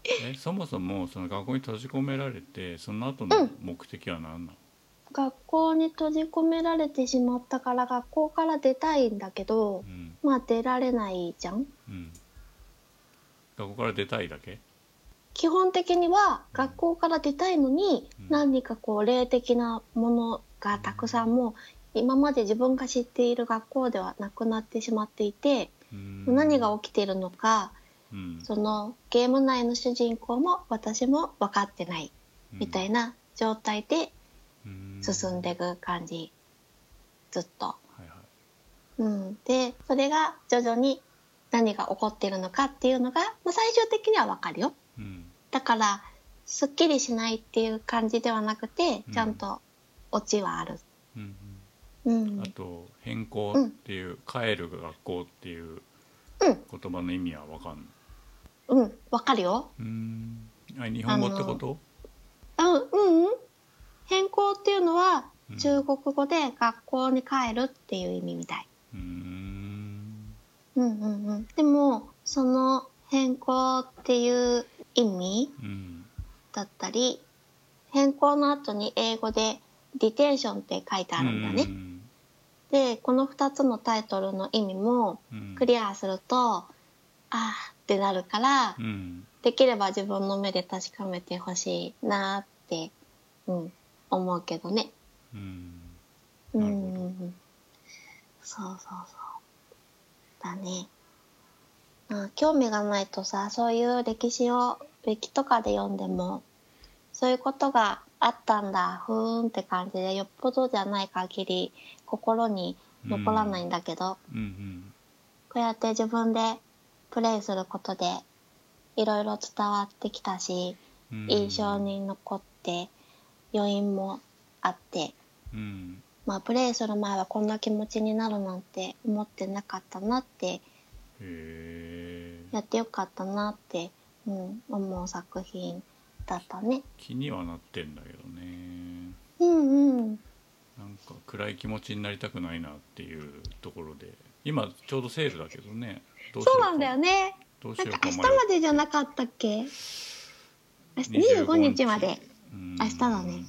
えそもそもその学校に閉じ込められてその後うのん目的は何なの、学校に閉じ込められてしまったから学校から出たいんだけどうんまあ出られないじゃんうん、学校から出たいだけ基本的には学校から出たいのにうん何かこう霊的なものがたくさんもう今まで自分が知っている学校ではなくなってしまっていて何が起きているのかうんそのゲーム内の主人公も私も分かってないみたいな状態でうん進んでいく感じずっと。はいはうん、でそれが徐々に何が起こってるのかっていうのが、まあ、最終的にはわかるよい、うんだからすっきりしないっていう感じではなくてうんちゃんとオチはある、うんううんん、あと「変更」っていう「帰る学校」っていううん言葉の意味は分かんないうん、わかるよ、うんあ日本語ってことうん、うんうん変更っていうのはうん中国語で学校に帰るっていう意味みたい、うんうんうんうん、でもその変更っていう意味うんだったり変更の後に英語で「ディテンション」って書いてあるんだね。うんでこの2つのタイトルの意味もうんクリアすると、ああーってなるから、うんできれば自分の目で確かめてほしいなーって、うん、思うけどね。うんうなるんほどうんそうそうそう。だね。まあ、興味がないとさ、そういう歴史をウィキとかで読んでも、そういうことがあったんだ、ふーんって感じで、よっぽどじゃない限り心に残らないんだけど、うんうんこうやって自分でプレイすることで、いろいろ伝わってきたし、うん印象に残って、余韻もあって、うんまあ、プレイする前はこんな気持ちになるなんて思ってなかったなってへえやってよかったなって、うん、思う作品だったね。気にはなってんだけどねうんうんなんか暗い気持ちになりたくないなっていうところで今ちょうどセールだけどねどうしそよううかなんだよね。どうしなんよかうか明日までじゃなかったっけ明日25日まで。明明日だね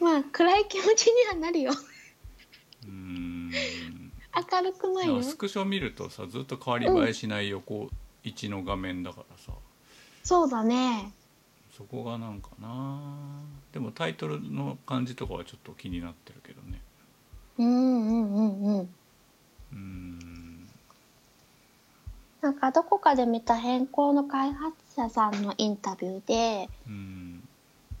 まあ暗い気持ちにはなるよ うーん明るくないなよんかスクショ見るとさずっと変わり映えしない横一の画面だからさそうだねそそこがなんかなでもタイトルの感じとかはちょっと気になってるけどねうんうんうんうん。うーんなんかどこかで見た変更の開発者さんのインタビューで、うーん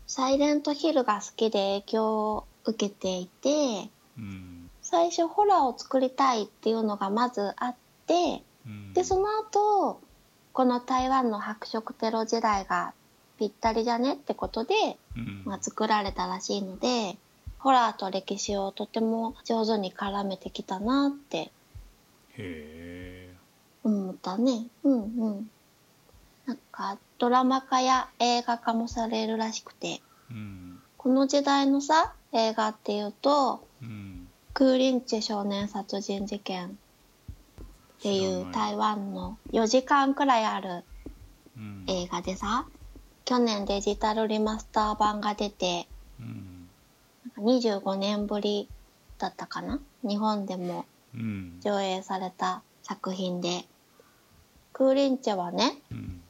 サイレントヒルが好きで影響を受けていて、うん最初ホラーを作りたいっていうのがまずあって、うんで、その後、この台湾の白色テロ時代がぴったりじゃねってことで、うんまあ、作られたらしいので、ホラーと歴史をとても上手に絡めてきたなってへえ思ったね。うんうん。なんか、ドラマ化や映画化もされるらしくて、うんこの時代のさ、映画っていうと、うんクーリンチェ少年殺人事件ってい知らなうい台湾の4時間くらいあるうん映画でさ、去年デジタルリマスター版が出て、うんなんか25年ぶりだったかな日本でもうん上映された作品で。クーリンチェはね、うん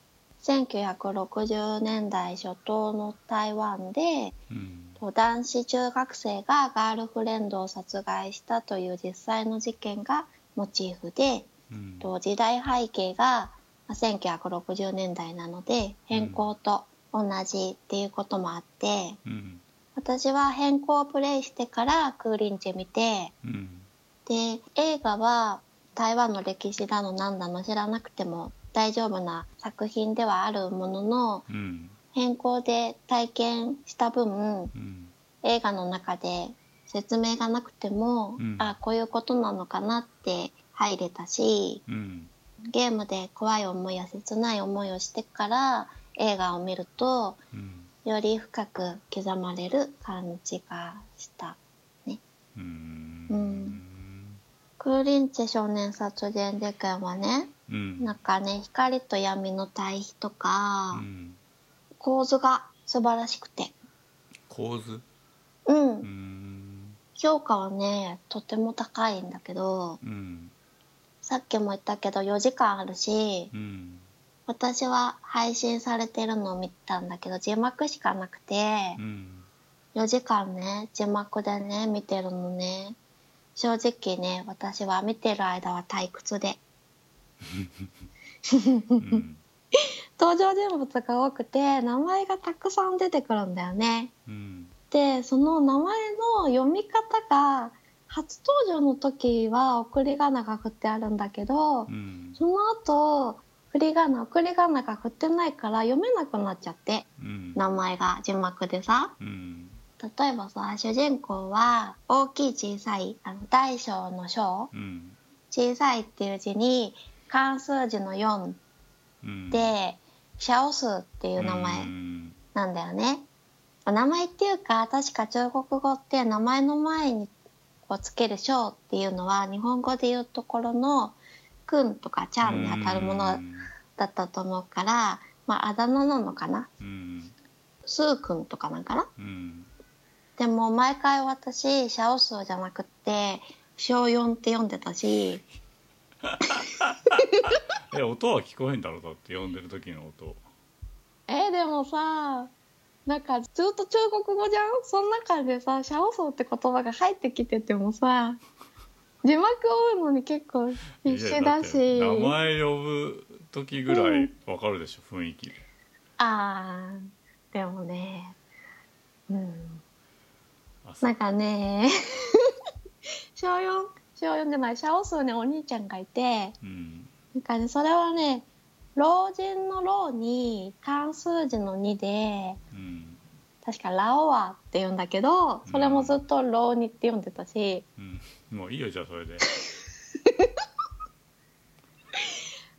1960年代初頭の台湾でうん男子中学生がガールフレンドを殺害したという実際の事件がモチーフでうんと時代背景がまあ1960年代なので変更と同じっていうこともあってうん私は変更をプレイしてからクーリンチェ見てうんで映画は台湾の歴史だのなんだの知らなくても大丈夫な作品ではあるもののうん変更で体験した分うん映画の中で説明がなくても、うんあこういうことなのかなって入れたしうんゲームで怖い思いや切ない思いをしてから映画を見るとうんより深く刻まれる感じがしたうーんうんクーリンチェ少年殺人事件はねうんなんかね光と闇の対比とうか、ん構図が素晴らしくて構図うん、うーん評価はねとても高いんだけどうんさっきも言ったけど4時間あるしうん私は配信されてるのを見たんだけど字幕しかなくてうん4時間ね字幕でね見てるのね正直ね私は見てる間は退屈でうん登場人物が多くて名前がたくさん出てくるんだよねうんでその名前の読み方が初登場の時は送り仮名が振ってあるんだけど、うんその後、振り仮名、送り仮名が振ってないから読めなくなっちゃって、うん名前が字幕でさ。うん例えばさ、主人公は、大きい小さい、あの、大小の小、うん小さいっていう字に、関数字の4うんで、シャオスっていう名前うんなんだよね。名前っていうか、確か中国語って名前の前にこうつける小っていうのは、日本語で言うところの、くんとかちゃんに当たるものだったと思うから、まあ、あだ名なのかなうんスーくんとかなんかなうんでも毎回私シャオスーじゃなくってショウヨンって読んでたしえ音は聞こえんだろだって読んでる時の音えーでもさなんかずっと中国語じゃんその中でさシャオスーって言葉が入ってきててもさ字幕を追うのに結構必死だいしやって名前呼ぶ時ぐらいわかるでしょ雰囲気であーでもねうんあそなんかね、小四、小四じゃない、シャオスーね、お兄ちゃんがいて、うんなんかね、それはね、老人の老に漢数字の2で、うん確かラオワって言うんだけど、それもずっと老にって読んでたし、うんもういいよじゃあそれで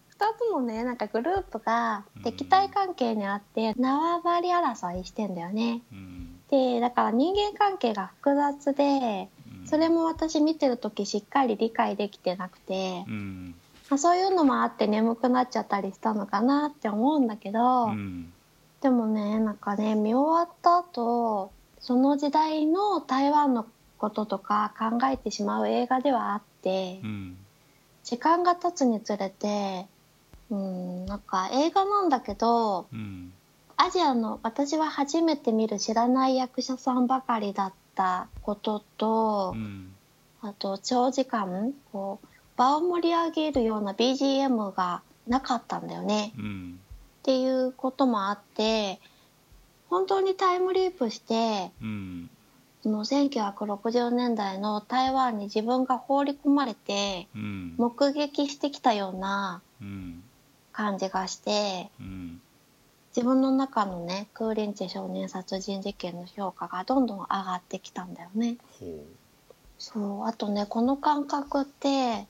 二つもね、なんかグループが敵対関係にあって、縄張り争いしてんだよね。うんで、だから人間関係が複雑で、うんそれも私見てる時しっかり理解できてなくてう、んまあ、そういうのもあって眠くなっちゃったりしたのかなって思うんだけど、うんでもねなんかね見終わった後その時代の台湾のこととか考えてしまう映画ではあって、うん時間が経つにつれてうんなんか映画なんだけどうんアジアの私は初めて見る知らない役者さんばかりだったことと、うんあと長時間こう場を盛り上げるような BGM がなかったんだよねうんっていうこともあって本当にタイムリープしてうんその1960年代の台湾に自分が放り込まれてうん目撃してきたようなうん感じがしてうん自分の中のねクーリンチェ少年殺人事件の評価がどんどん上がってきたんだよね。ほそうあとねこの感覚って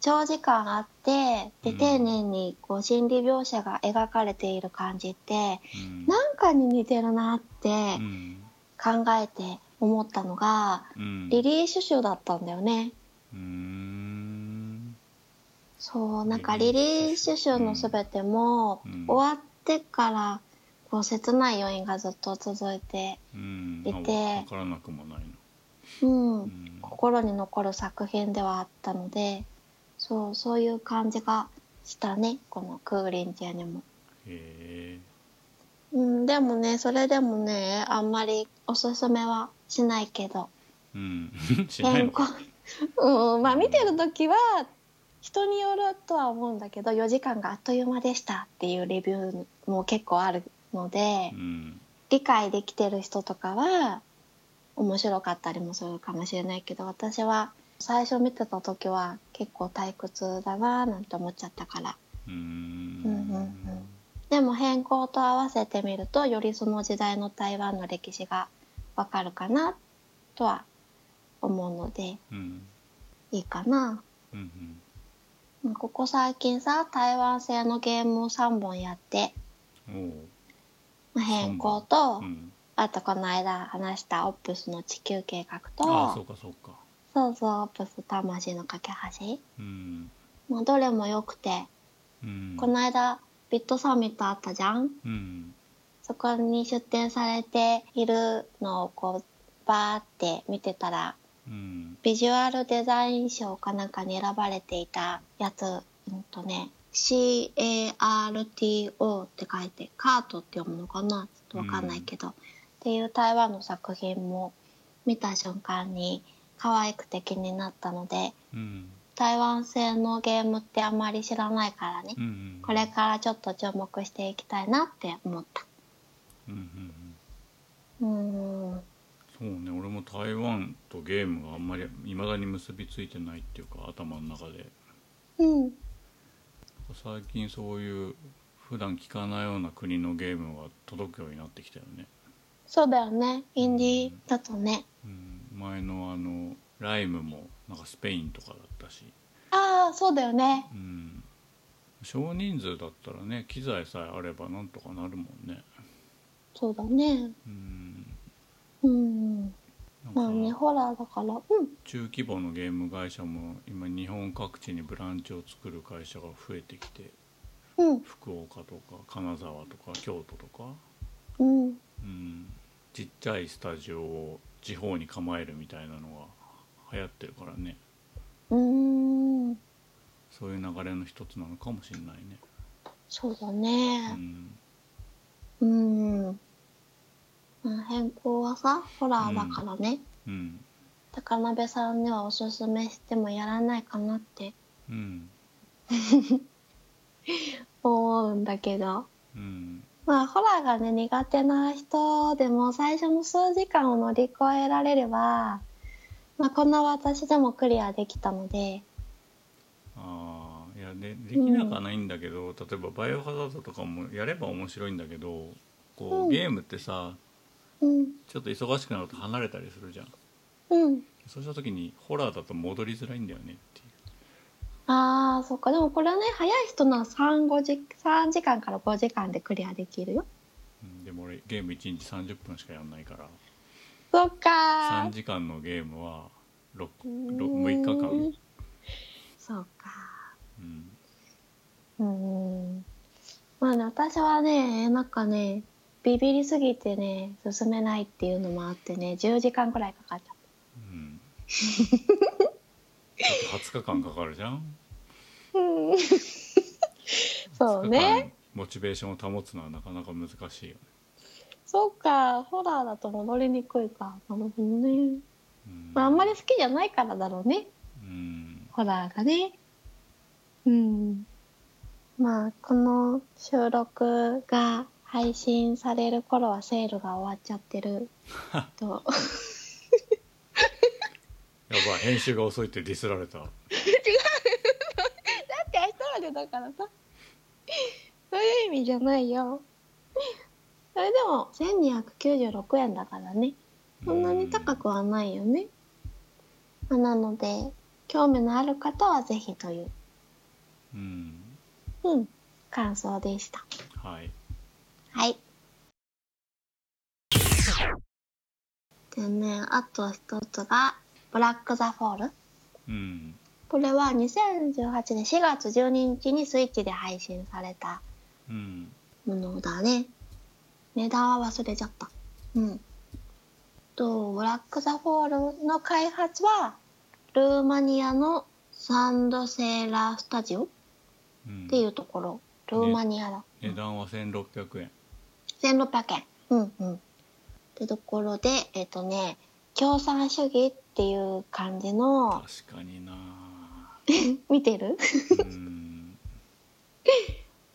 長時間あってでうん丁寧にこう心理描写が描かれている感じってううんなんかに似てるなってうん考えて思ったのがうんリリー・シュシュだったんだよね。うーんそうなんかリリー・シュシュのすべてもうん終わってからこう切ない余韻がずっと続いて、うんいて分からなくもないなうんうん心に残る作品ではあったのでそうそういう感じがしたねこの「クーリンチェ」にも、へえうん。でもねそれでもねあんまりおすすめはしないけどうんしない変の更か うんまあ見てる時は人によるとは思うんだけど4時間があっという間でしたっていうレビューも結構あるので、うん理解できてる人とかは面白かったりもするかもしれないけど私は最初見てた時は結構退屈だなーなんて思っちゃったからうーうんうんうんでも変更と合わせてみるとよりその時代の台湾の歴史がわかるかなとは思うのでうんいいかなうんうんうんここ最近さ台湾製のゲームを3本やっておまあ変更おと、うんあとこの間話したオプスの地球計画とああそうかそうかそうそう、アップス魂の架け橋。うんもうどれも良くて、うんこの間、ビットサミットあったじゃんうんそこに出展されているのをこう、バーって見てたら、うんビジュアルデザイン賞かなんかに選ばれていたやつ、うんとね、CARTO って書いて、カートって読むのかなちょっとわかんないけど、っていう台湾の作品も見た瞬間に可愛くて気になったので、うん台湾製のゲームってあんまり知らないからね、うんこれからちょっと注目していきたいなって思ったうんうんうんうーんそうね俺も台湾とゲームがあんまりいまだに結びついてないっていうか頭の中でうん最近そういう普段聞かないような国のゲームが届くようになってきたよね、そうだよねインディーだとねうん、前のあのライムもなんかスペインとかだったし、ああそうだよねうん、少人数だったらね機材さえあればなんとかなるもんねそうだねうんうんまあねなんかホラーだからうん中規模のゲーム会社も今日本各地にブランチを作る会社が増えてきてうん福岡とか金沢とか京都とか、うんうん、ちっちゃいスタジオを地方に構えるみたいなのが流行ってるからねうーんそういう流れの一つなのかもしれないね、そうだうねん、うん、まあ、変更はさホラーだからね、うん高鍋さんにはおすすめしてもやらないかなってうん思うんだけどうんまあホラーがね苦手な人でも最初の数時間を乗り越えられれば、まあ、こんな私でもクリアできたのでああいやでできなくはないんだけど、例えば「バイオハザード」とかもやれば面白いんだけどこうう、んゲームってさうんちょっと忙しくなると離れたりするじゃんうんそうした時にホラーだと戻りづらいんだよねっていうあーそっかでもこれはね早い人なら 3, 5時3時間から5時間でクリアできるようんでも俺ゲーム1日30分しかやんないからそっか3時間のゲームは 6, うーん6日間、そうかうん、うーんまあね私はねなんかねビビりすぎてね進めないっていうのもあってね10時間くらいかかっちゃった うん、だって20日間かかるじゃんうんそうね20日間モチベーションを保つのはなかなか難しいよねそうか、ホラーだと戻りにくいか。なるほどね。うんまあ、あんまり好きじゃないからだろうね。うんホラーがね。うん。まあ、この収録が配信される頃はセールが終わっちゃって る。と。やばい編集が遅いってディスられただって明日までだからさ。そういう意味じゃないよ。それでも1296円だからね。そんなに高くはないよね。まあなので、興味のある方はぜひという、うんうん、感想でした。はいはい。でね、あと一つが、ブラック・ザ・フォール。うんこれは2018年4月12日にスイッチで配信されたうんものだね。値段は忘れちゃった。うん。と、ブラックザフォールの開発は、ルーマニアのサンドセーラースタジオっうんていうところ。ルーマニアだ。値段は1600円1600円。うんうん。ってところで、えっ、とね、共産主義っていう感じの、確かにな見てるうん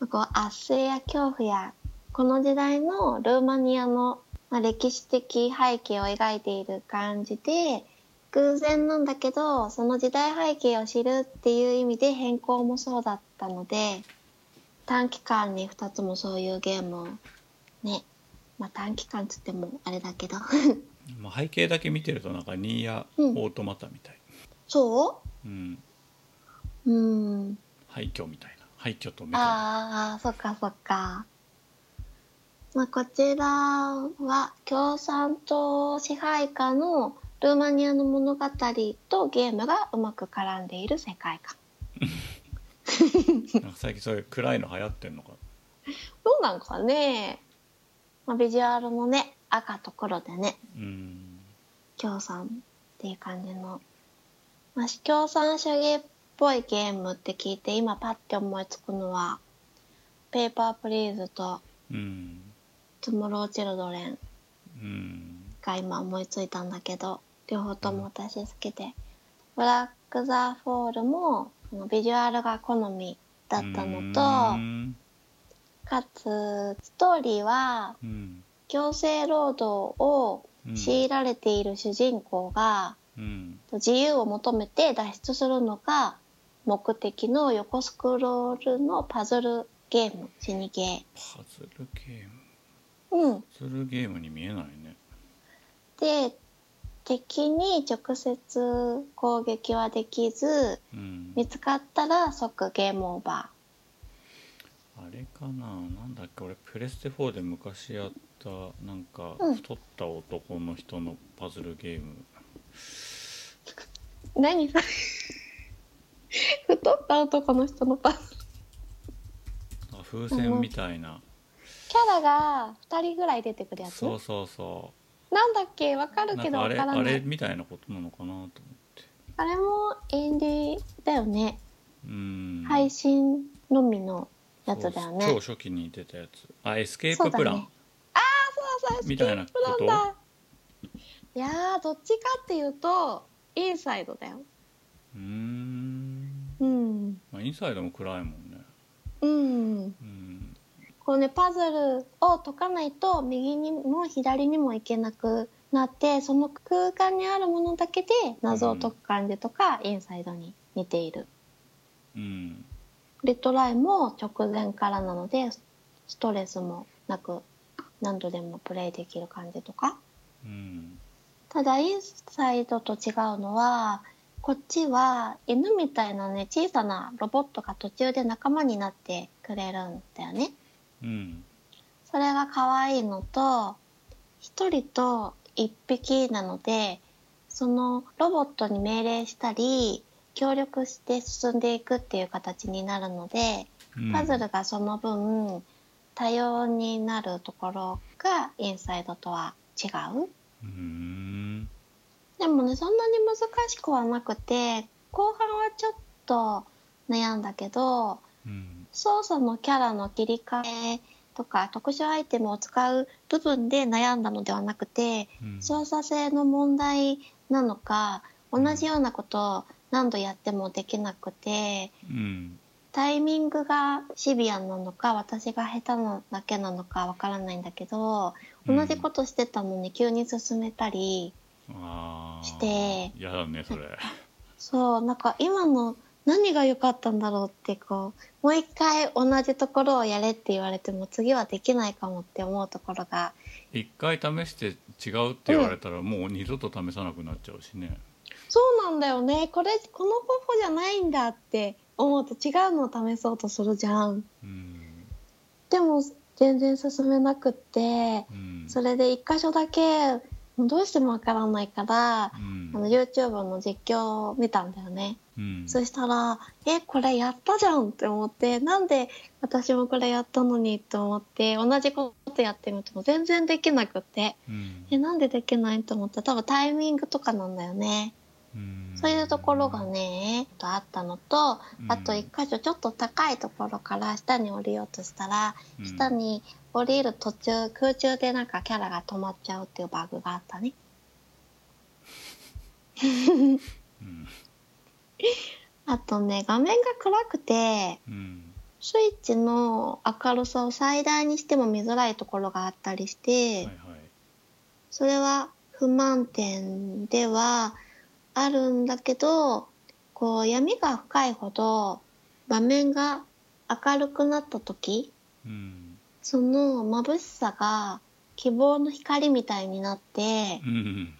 こう圧政や恐怖やこの時代のルーマニアの、まあ、歴史的背景を描いている感じで偶然なんだけどその時代背景を知るっていう意味で変更もそうだったので短期間に2つもそういうゲームをねまあ短期間つってもあれだけど まあ背景だけ見てるとなんかニーヤうんオートマタみたい、そうん、ううん廃墟みたいな廃墟とメタああそっかそっか、まあ、こちらは共産党支配下のルーマニアの物語とゲームがうまく絡んでいる世界観ルなんか最近そういう暗いの流行ってんのかどうなんかね、まあ、ビジュアルもね赤と黒でねうん共産っていう感じの、まあ、共産主義っぽいゲームって聞いて今パッて思いつくのは「ペーパープリーズ」とうん「トゥモロー・チルドレン」うんが今思いついたんだけど両方とも私好きで、ブラック・ザ・フォールもあのビジュアルが好みだったのとうんかつストーリーはうん強制労働をうん強いられている主人公がうん自由を求めて脱出するのが目的の横スクロールのパズルゲーム死にゲパズルゲームーうんパズルゲームに見えないねで敵に直接攻撃はできずうん見つかったら即ゲームオーバあれかななんだっけ俺プレステ4で昔やったなんかうん太った男の人のパズルゲーム、ー何それ太った男の人のパスなんか風船みたいな、キャラが2人ぐらい出てくるやつそうそうそなんだっけわかうるなけんどかあわれからあなれいみたいなことなのかなと思ってあれもエンディだよね、うん配信のみのやつだよねそうそう超初期に出たやつあエスケーそうプだねプラン、そうみたいなこスとケープなんだいやーどっちかっていうとインサイドだようーん、うんまあ、インサイドも暗いもんねうんうんこうねパズルを解かないと右にも左にも行けなくなってその空間にあるものだけで謎を解く感じとか、インサイドに似ているうんでトライも直前からなのでストレスもなく何度でもプレイできる感じとかうんただインサイドと違うのはこっちは犬みたいなね小さなロボットが途中で仲間になってくれるんだよね。うんそれが可愛いのと一人と一匹なのでそのロボットに命令したり協力して進んでいくっていう形になるのでうんパズルがその分多様になるところがインサイドとは違ううーんでもねそんなに難しくはなくて後半はちょっと悩んだけどうん操作のキャラの切り替えとか特殊アイテムを使う部分で悩んだのではなくてうん操作性の問題なのか同じようなことを何度やってもできなくてうんタイミングがシビアなのか私が下手なだけなのかわからないんだけど同じことしてたのに急に進めたり、あーしてやだねそれ そうなんか今の何が良かったんだろうってこうもう一回同じところをやれって言われても次はできないかもって思うところが一回試して違うって言われたらもう二度と試さなくなっちゃうしねそうなんだよねこれこの方法じゃないんだって思うと違うのを試そうとするじゃん。うんでも全然進めなくってうんそれで一箇所だけどうしてもわからないからうあのん YouTube の実況を見たんだよね。うんそしたら、え、これやったじゃんって思って、なんで私もこれやったのにって思って、同じことやってみても全然できなくて、うんえ、なんでできないと思ったら多分タイミングとかなんだよね。うんそういうところがね、あったのとう、んあと一箇所ちょっと高いところから下に降りようとしたら、うん下に降りる途中、空中でなんかキャラが止まっちゃうっていうバグがあったね。うんあとね、画面が暗くて、うんスイッチの明るさを最大にしても見づらいところがあったりして、はいはいそれは不満点ではあるんだけど、こう闇が深いほど場面が明るくなった時、うんその眩しさが希望の光みたいになってう、ん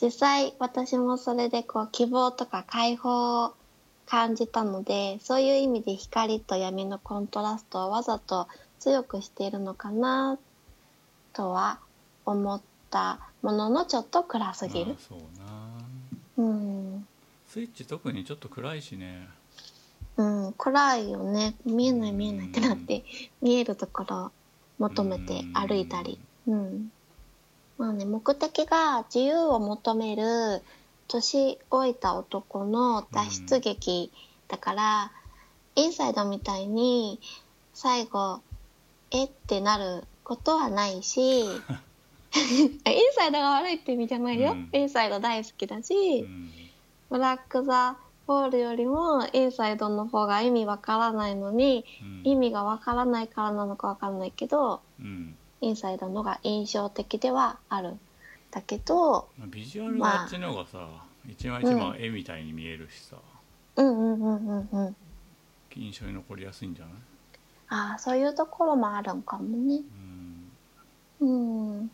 実際私もそれでこう希望とか解放を感じたのでそういう意味で光と闇のコントラストをわざと強くしているのかなとは思ったもののちょっと暗すぎるまあ、そうなうん、スイッチ特にちょっと暗いしねうん、暗いよね見えない見えないってなって見えるところを求めて歩いたりうんまあね目的が自由を求める年老いた男の脱出劇だから、インサイドみたいに最後えってなることはない しインサイドが悪いって意味じゃないよ、うんインサイド大好きだし、うんブラック・ザ・ホールよりもインサイドの方が意味わからないのにうん意味がわからないからなのかわかんないけどうんインサイドのが印象的ではあるだけどまあビジュアルがあっちの方がさ、一枚一枚絵みたいに見えるしさ、うんうんうんうんうん印象に残りやすいんじゃない、ああそういうところもあるんかもねうん、うん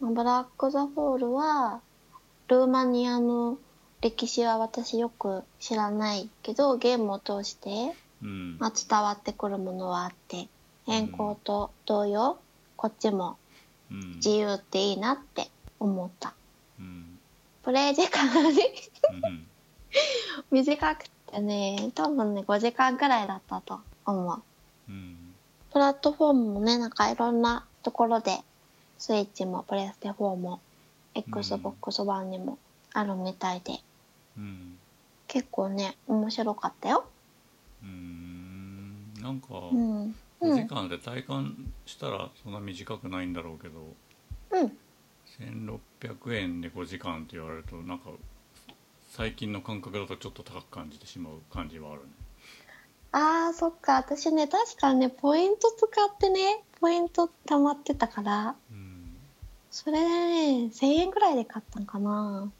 ブラック・ザ・ホールはルーマニアの歴史は私よく知らないけどゲームを通してうんまあ、伝わってくるものはあって変更と同様、こっちもうん自由っていいなって思ったうんプレイ時間がね うん短くてね多分ね5時間くらいだったと思ううんプラットフォームもねなんかいろんなところでスイッチもプレステ4も XBOX 版にもあるみたいで、うん結構ね面白かったようんなんかうんう5時ん間で体感したらそんな短くないんだろうけどうん1600円で5時間って言われるとなんか最近の感覚だとちょっと高く感じてしまう感じはあるねあーそっか私ね確かねポイント使ってねポイント貯まってたからうんそれでね1000円ぐらいで買ったんかな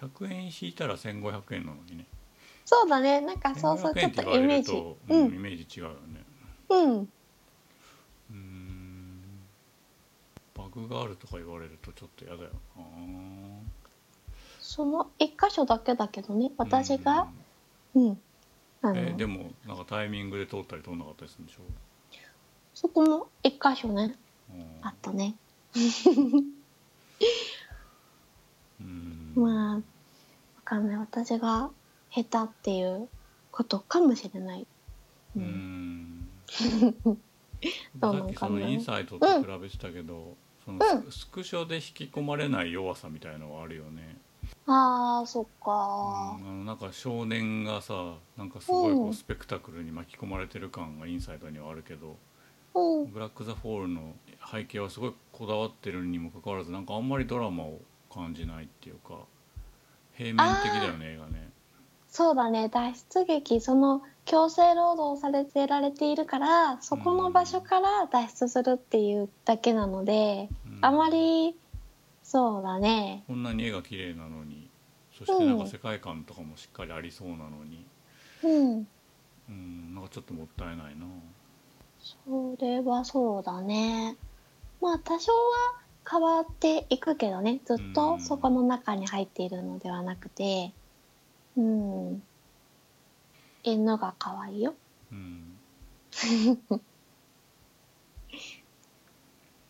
100円引いたら1500円なのにねそうだねなんかそうそう1500ちょ円っってと言わイメれーるジとうイんメージ違うよねうんうんバグがあるとか言われるとちょっと嫌だよなその一箇所だけだけどね私がうんあえーでのもなんかタイミングで通ったり通んなかったりするんでしょそこも一箇所ねうんあったねうんまあわかんない私が下手っていうことかもしれないうん んさどうなっのきかそなのインサイトと比べてたけど、そのスクスクショで引き込まれない弱さみたいのはあるよね、あーそっうんかあのなんか少年がさなんかすごいこううんスペクタクルに巻き込まれてる感がインサイドにはあるけど、ほうブラック・ザ・フォールの背景はすごいこだわってるにもかかわらずなんかあんまりドラマを感じないっていうか平面的だよね映画ねそうだね脱出劇その強制労働されてられているからそこの場所から脱出するっていうだけなので、うんあまりそうだねこんなに絵が綺麗なのにそしてなんか世界観とかもしっかりありそうなのにうんうんなんかちょっともったいないなそれはそうだねまあ多少は変わっていくけどねずっうとんそこの中に入っているのではなくてうん犬が可愛いようん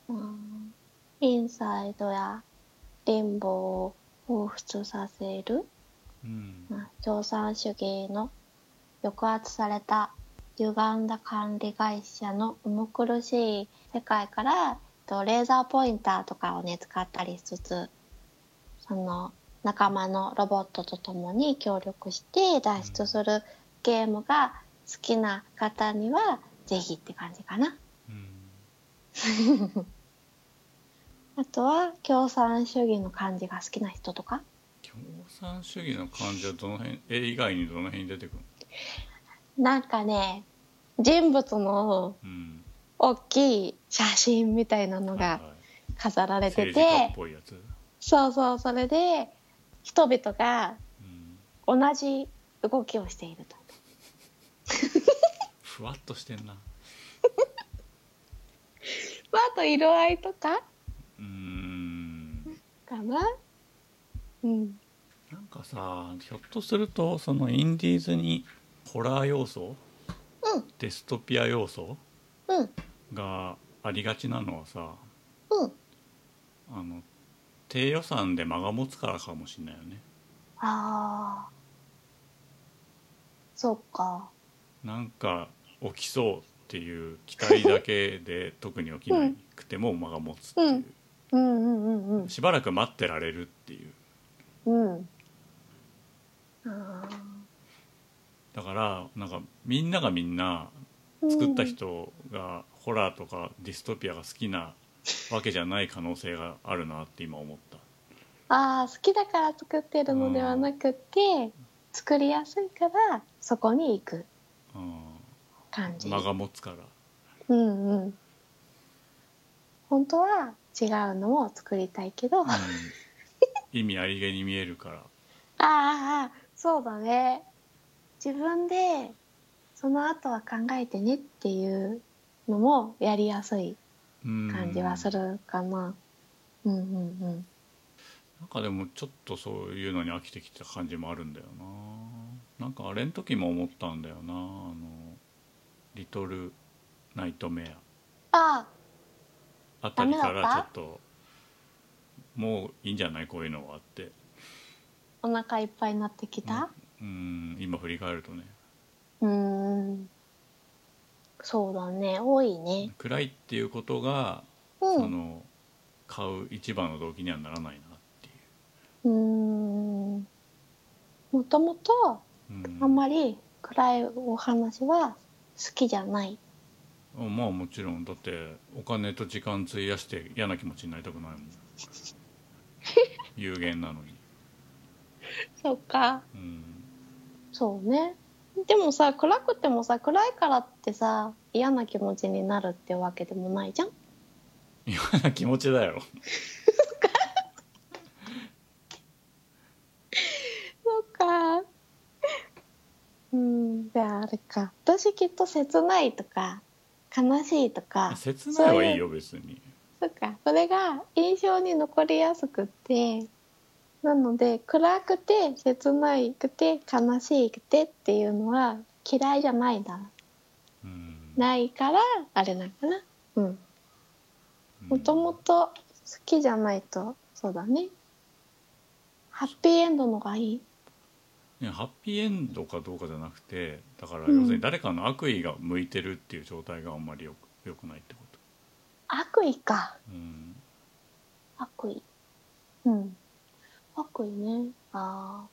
うんインサイドやレインボーを彷彿させる、うんまあ、共産主義の抑圧された歪んだ管理会社の重苦しい世界からえっとレーザーポインターとかをね使ったりしつつその仲間のロボットと共に協力して脱出するゲームが好きな方にはぜひって感じかな。うんあとは共産主義の感じが好きな人とか共産主義の感じはどの辺絵以外にどの辺に出てくるなんかね人物ののうん大きい写真みたいなのはいがはい飾られて政て、治家っぽいやつそうそうそれで人々がうん同じ動きをしているとふわっとしてんなまああと色合いとかうんかなうんなんかさひょっとするとそのインディーズにホラー要素、うんデストピア要素うんがありがちなのはさうんあの低予算で間が持つからかもしれないよねああそっかなんか起きそうっていう期待だ けで特に起きなくても間が持つっていう、うんうんうんうんしばらく待ってられるっていううんあーだからなんかみんながみんなうん作った人がホラーとかディストピアが好きなわけじゃない可能性があるなって今思ったああ好きだから作ってるのではなくて、作りやすいからそこに行くうん感じ、間が持つからうんうん本当は違うのを作りたいけど、 うあん意味ありげに見えるからあそうだね自分でその後は考えてねっていうのもやりやすい感感じはするかなうんうんうんなんかでもちょっとそういうのに飽きてきた感じもあるんだよななんかあれの時も思ったんだよなあの「リトル・ナイトメア」ああたりかダメだらっちょっともういいんじゃないこういうのはあってあお腹いっぱいになってきた、うん今振り返るとねうーんそうだね多いね暗いっていうことが、うそんの買う一番の動機にはならないなっていうーんもともとう、うん、あんまり暗いお話は好きじゃないまあもちろんだってお金と時間費やして嫌な気持ちになりたくない もん有限なのに、そうかうん、 そうねでもさ暗くてもさ暗いからってさ嫌な気持ちになるってわけでもないじゃん嫌な気持ちだよそうかうんじゃああれか私きっと切ないとか悲しいとか切ないはいいよ別にそっか、それが印象に残りやすくて、なので暗くて切ないくて悲しくてっていうのは嫌いじゃないんだうんないからあれなのかな。うん。うんもともと好きじゃないとそうだね。ハッピーエンドのがいい。ねハッピーエンドかどうかじゃなくてだからうん要するに誰かの悪意が向いてるっていう状態があんまりよくよくないってこと、悪意か。うん、悪意。うん。悪意ね。あ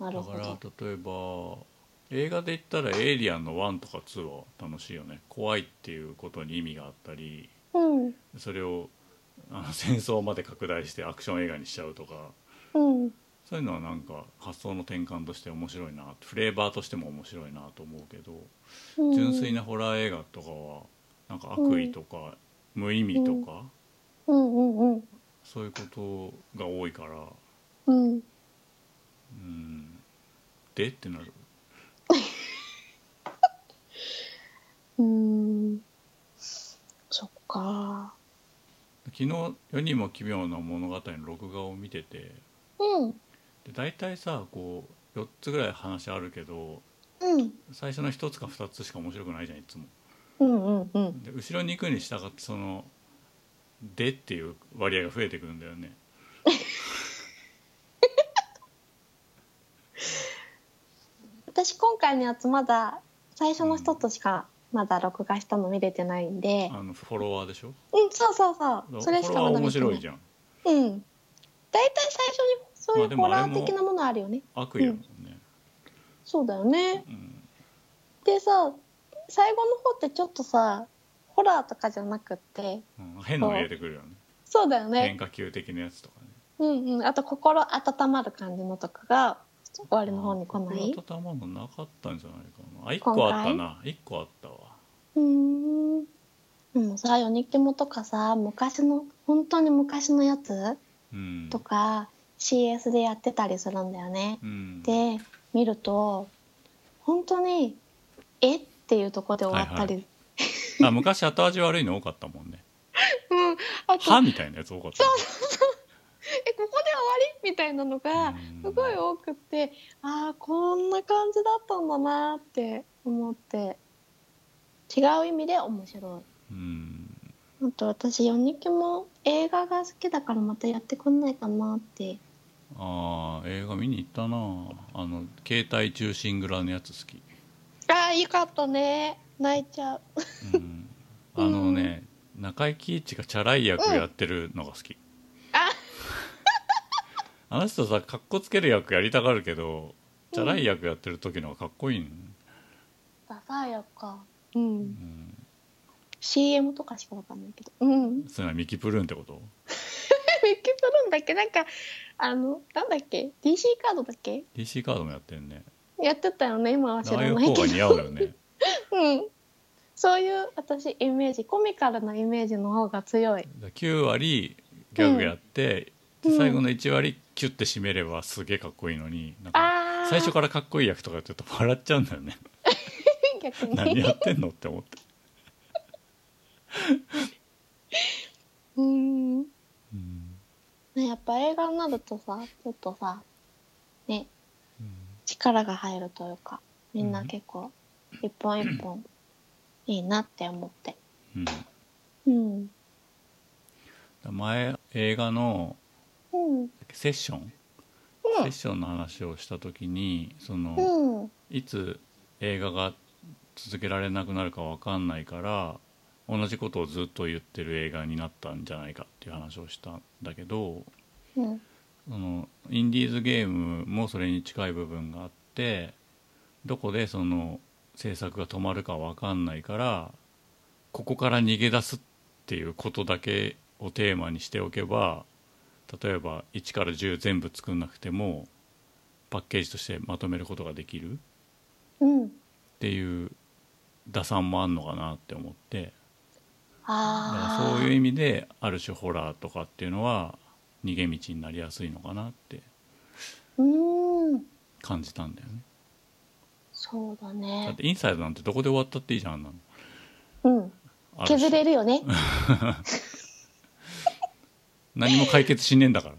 あ、なるだほかど。ら例えば映画で言ったら「エイリアン」の1とか2は楽しいよね怖いっていうことに意味があったりうんそれをあの戦争まで拡大してアクション映画にしちゃうとかうんそういうのはなんか発想の転換として面白いなフレーバーとしても面白いなと思うけど、うん純粋なホラー映画とかはなんか悪意とか無意味とか、うんうんうんそういうことが多いからうんうんでってなるうーんそっか昨日「世にも奇妙な物語」の録画を見ててうんで大体さこう4つぐらい話あるけどうん最初の1つか2つしか面白くないじゃんいつも。うんうんうんで後ろに行くに従ってその「で」っていう割合が増えてくるんだよね。私今回のやつまだ最初の一つしかまだ録画したの見れてないんであのフォロワーでしょうんそうそうそうそれしフォかロワまだー面見てない白いじゃんうん大体最初にそうまいあでうもホあれもラー的なものあるよね、悪意やもんね、そうだよねうんでさ最後の方ってちょっとさホラーとかじゃなくってうん変なの入れてくるよねそうだよ変ね化球的なやつとかねうんうんあと心温まる感じのとかが終わりの方に来ないここの頭のなかったんじゃないかなあ1個あったな1個あったわうーんでもさヨニキモとかさ昔の本当に昔のやつうんとか CS でやってたりするんだよね。うんで見ると本当に「えっ?」ていうところで終わったり、はあ昔後味悪いの多かったも んねうんあと歯みたいなやつ多かっえたここで終わりみたいなのがうんすごい多くってああこんな感じだったんだなーって思って違う意味で面白い。うんあと私ヨニキも映画が好きだからまたやってくんないかなってああ映画見に行ったなあの携帯中心蔵のやつ好きああよかったね泣いちゃううんあのね、中井貴一がチャラい役やってるのが好き、あ あの人さかっこつける役やりたがるけどチャラい役やってる時のがかっこいいの、ダサいやかうん、うん、 CM とかしかわかんないけどうんミッそれはミキプルーンってことキープルーンだっ けなんかあのなんだっけ DC カードだっけ DC カードもやってんねやってたよね今は知あらあないいうけ方どが似合 うよねうんそういう私イメージコミカルなイメージの方が強い9割ギャグやって、うんで最後の1割キュッて締めればすげえかっこいいのになんかああ最初かからかっこいい役とかやってると笑っちゃうんだよ ねら逆何にやってんのって思って、うんうんねやっぱ映画になるとさちょっとさねうん力が入るというかみんなうん結構一本一本いいなって思ってうんうん前映画のうんセッション、セッションの話をした時にその、うんうんいつ映画が続けられなくなるかわかんないから同じことをずっと言ってる映画になったんじゃないかっていう話をしたんだけどうんそのインディーズゲームもそれに近い部分があってどこでその制作が止まるかわかんないからここから逃げ出すっていうことだけをテーマにしておけば例えば1から10全部作んなくてもパッケージとしてまとめることができる。うんっていう打算もあんのかなって思ってだあからあそういう意味である種ホラーとかっていうのは逃げ道になりやすいのかなってうん感じたんだよねそうだだねってインサイドなんてどこで終わったっていいじゃんあんなのうんある種削れるよね何も解決しねえんだか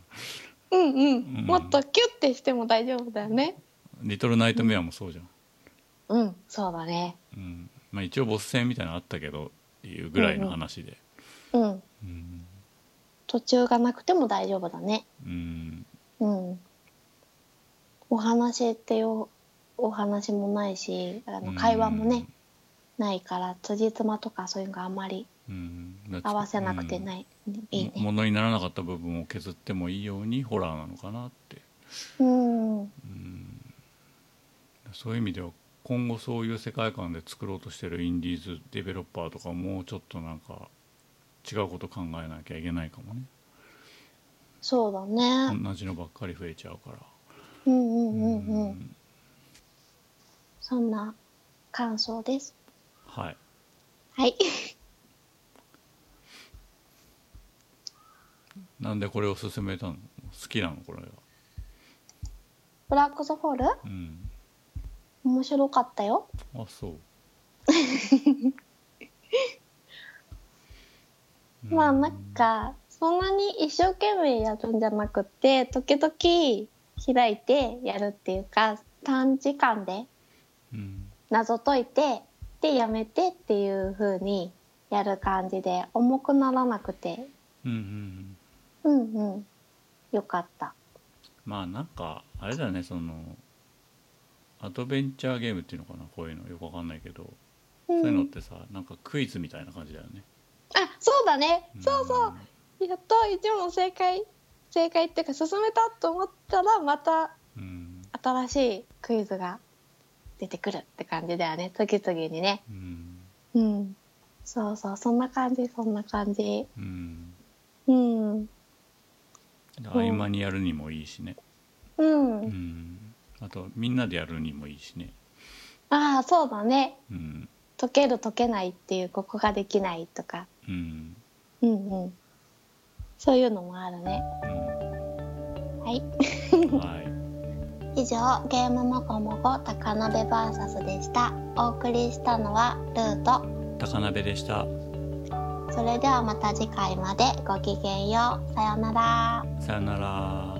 らうんうんうんもっとキュッてしても大丈夫だよね「リトルナイトメア」もそうじゃん、うんそうだねうんまあ、一応ボス戦みたいなのあったけどっていうぐらいの話でうんうん途中がなくても大丈夫だねうんうん、お話っていうお話もないしあの会話もね、ないから辻褄とかそういうのがあんまりうんだって合わせなくてうんない、いいねものにならなかった部分を削ってもいいようにホラーなのかなってうんうんそういう意味では今後そういう世界観で作ろうとしてるインディーズデベロッパーとかもうちょっとなんか違うこと考えなきゃいけないかもねそうだね。同じのばっかり増えちゃうからうんうんうんうん。うんそんな感想です。はいはい。 なんでこれを勧めたの好きなのこれがブラックソフォールうん面白かったよ。あそう うんまあなんか、そんなに一生懸命やるんじゃなくて、時々開いてやるっていうか、短時間でうん謎解いて、でやめてっていう風にやる感じで、重くならなくて、うんうんうんうんうん。よかった。まあなんかあれだねそのアドベンチャーゲームっていうのかなこういうのよくわかんないけど、うん、そういうのってさなんかクイズみたいな感じだよね、あ、そうだね。そうそう。んやっと一問正解正解っていうか進めたと思ったらまたうん新しいクイズが出てくるって感じだよね次々にねうんうんそうそうそんな感じそんな感じうんうんでう合間にやるにもいいしね、うん、うん、あとみんなでやるにもいいしね、ああそうだねうん解ける解けないっていうここができないとかうんうんうんそういうのもあるねはい うん、はい以上ゲームもこもこ高鍋 VS でしたお送りしたのはルート高鍋でしたそれではまた次回までごきげんよう。さようなら。さよなら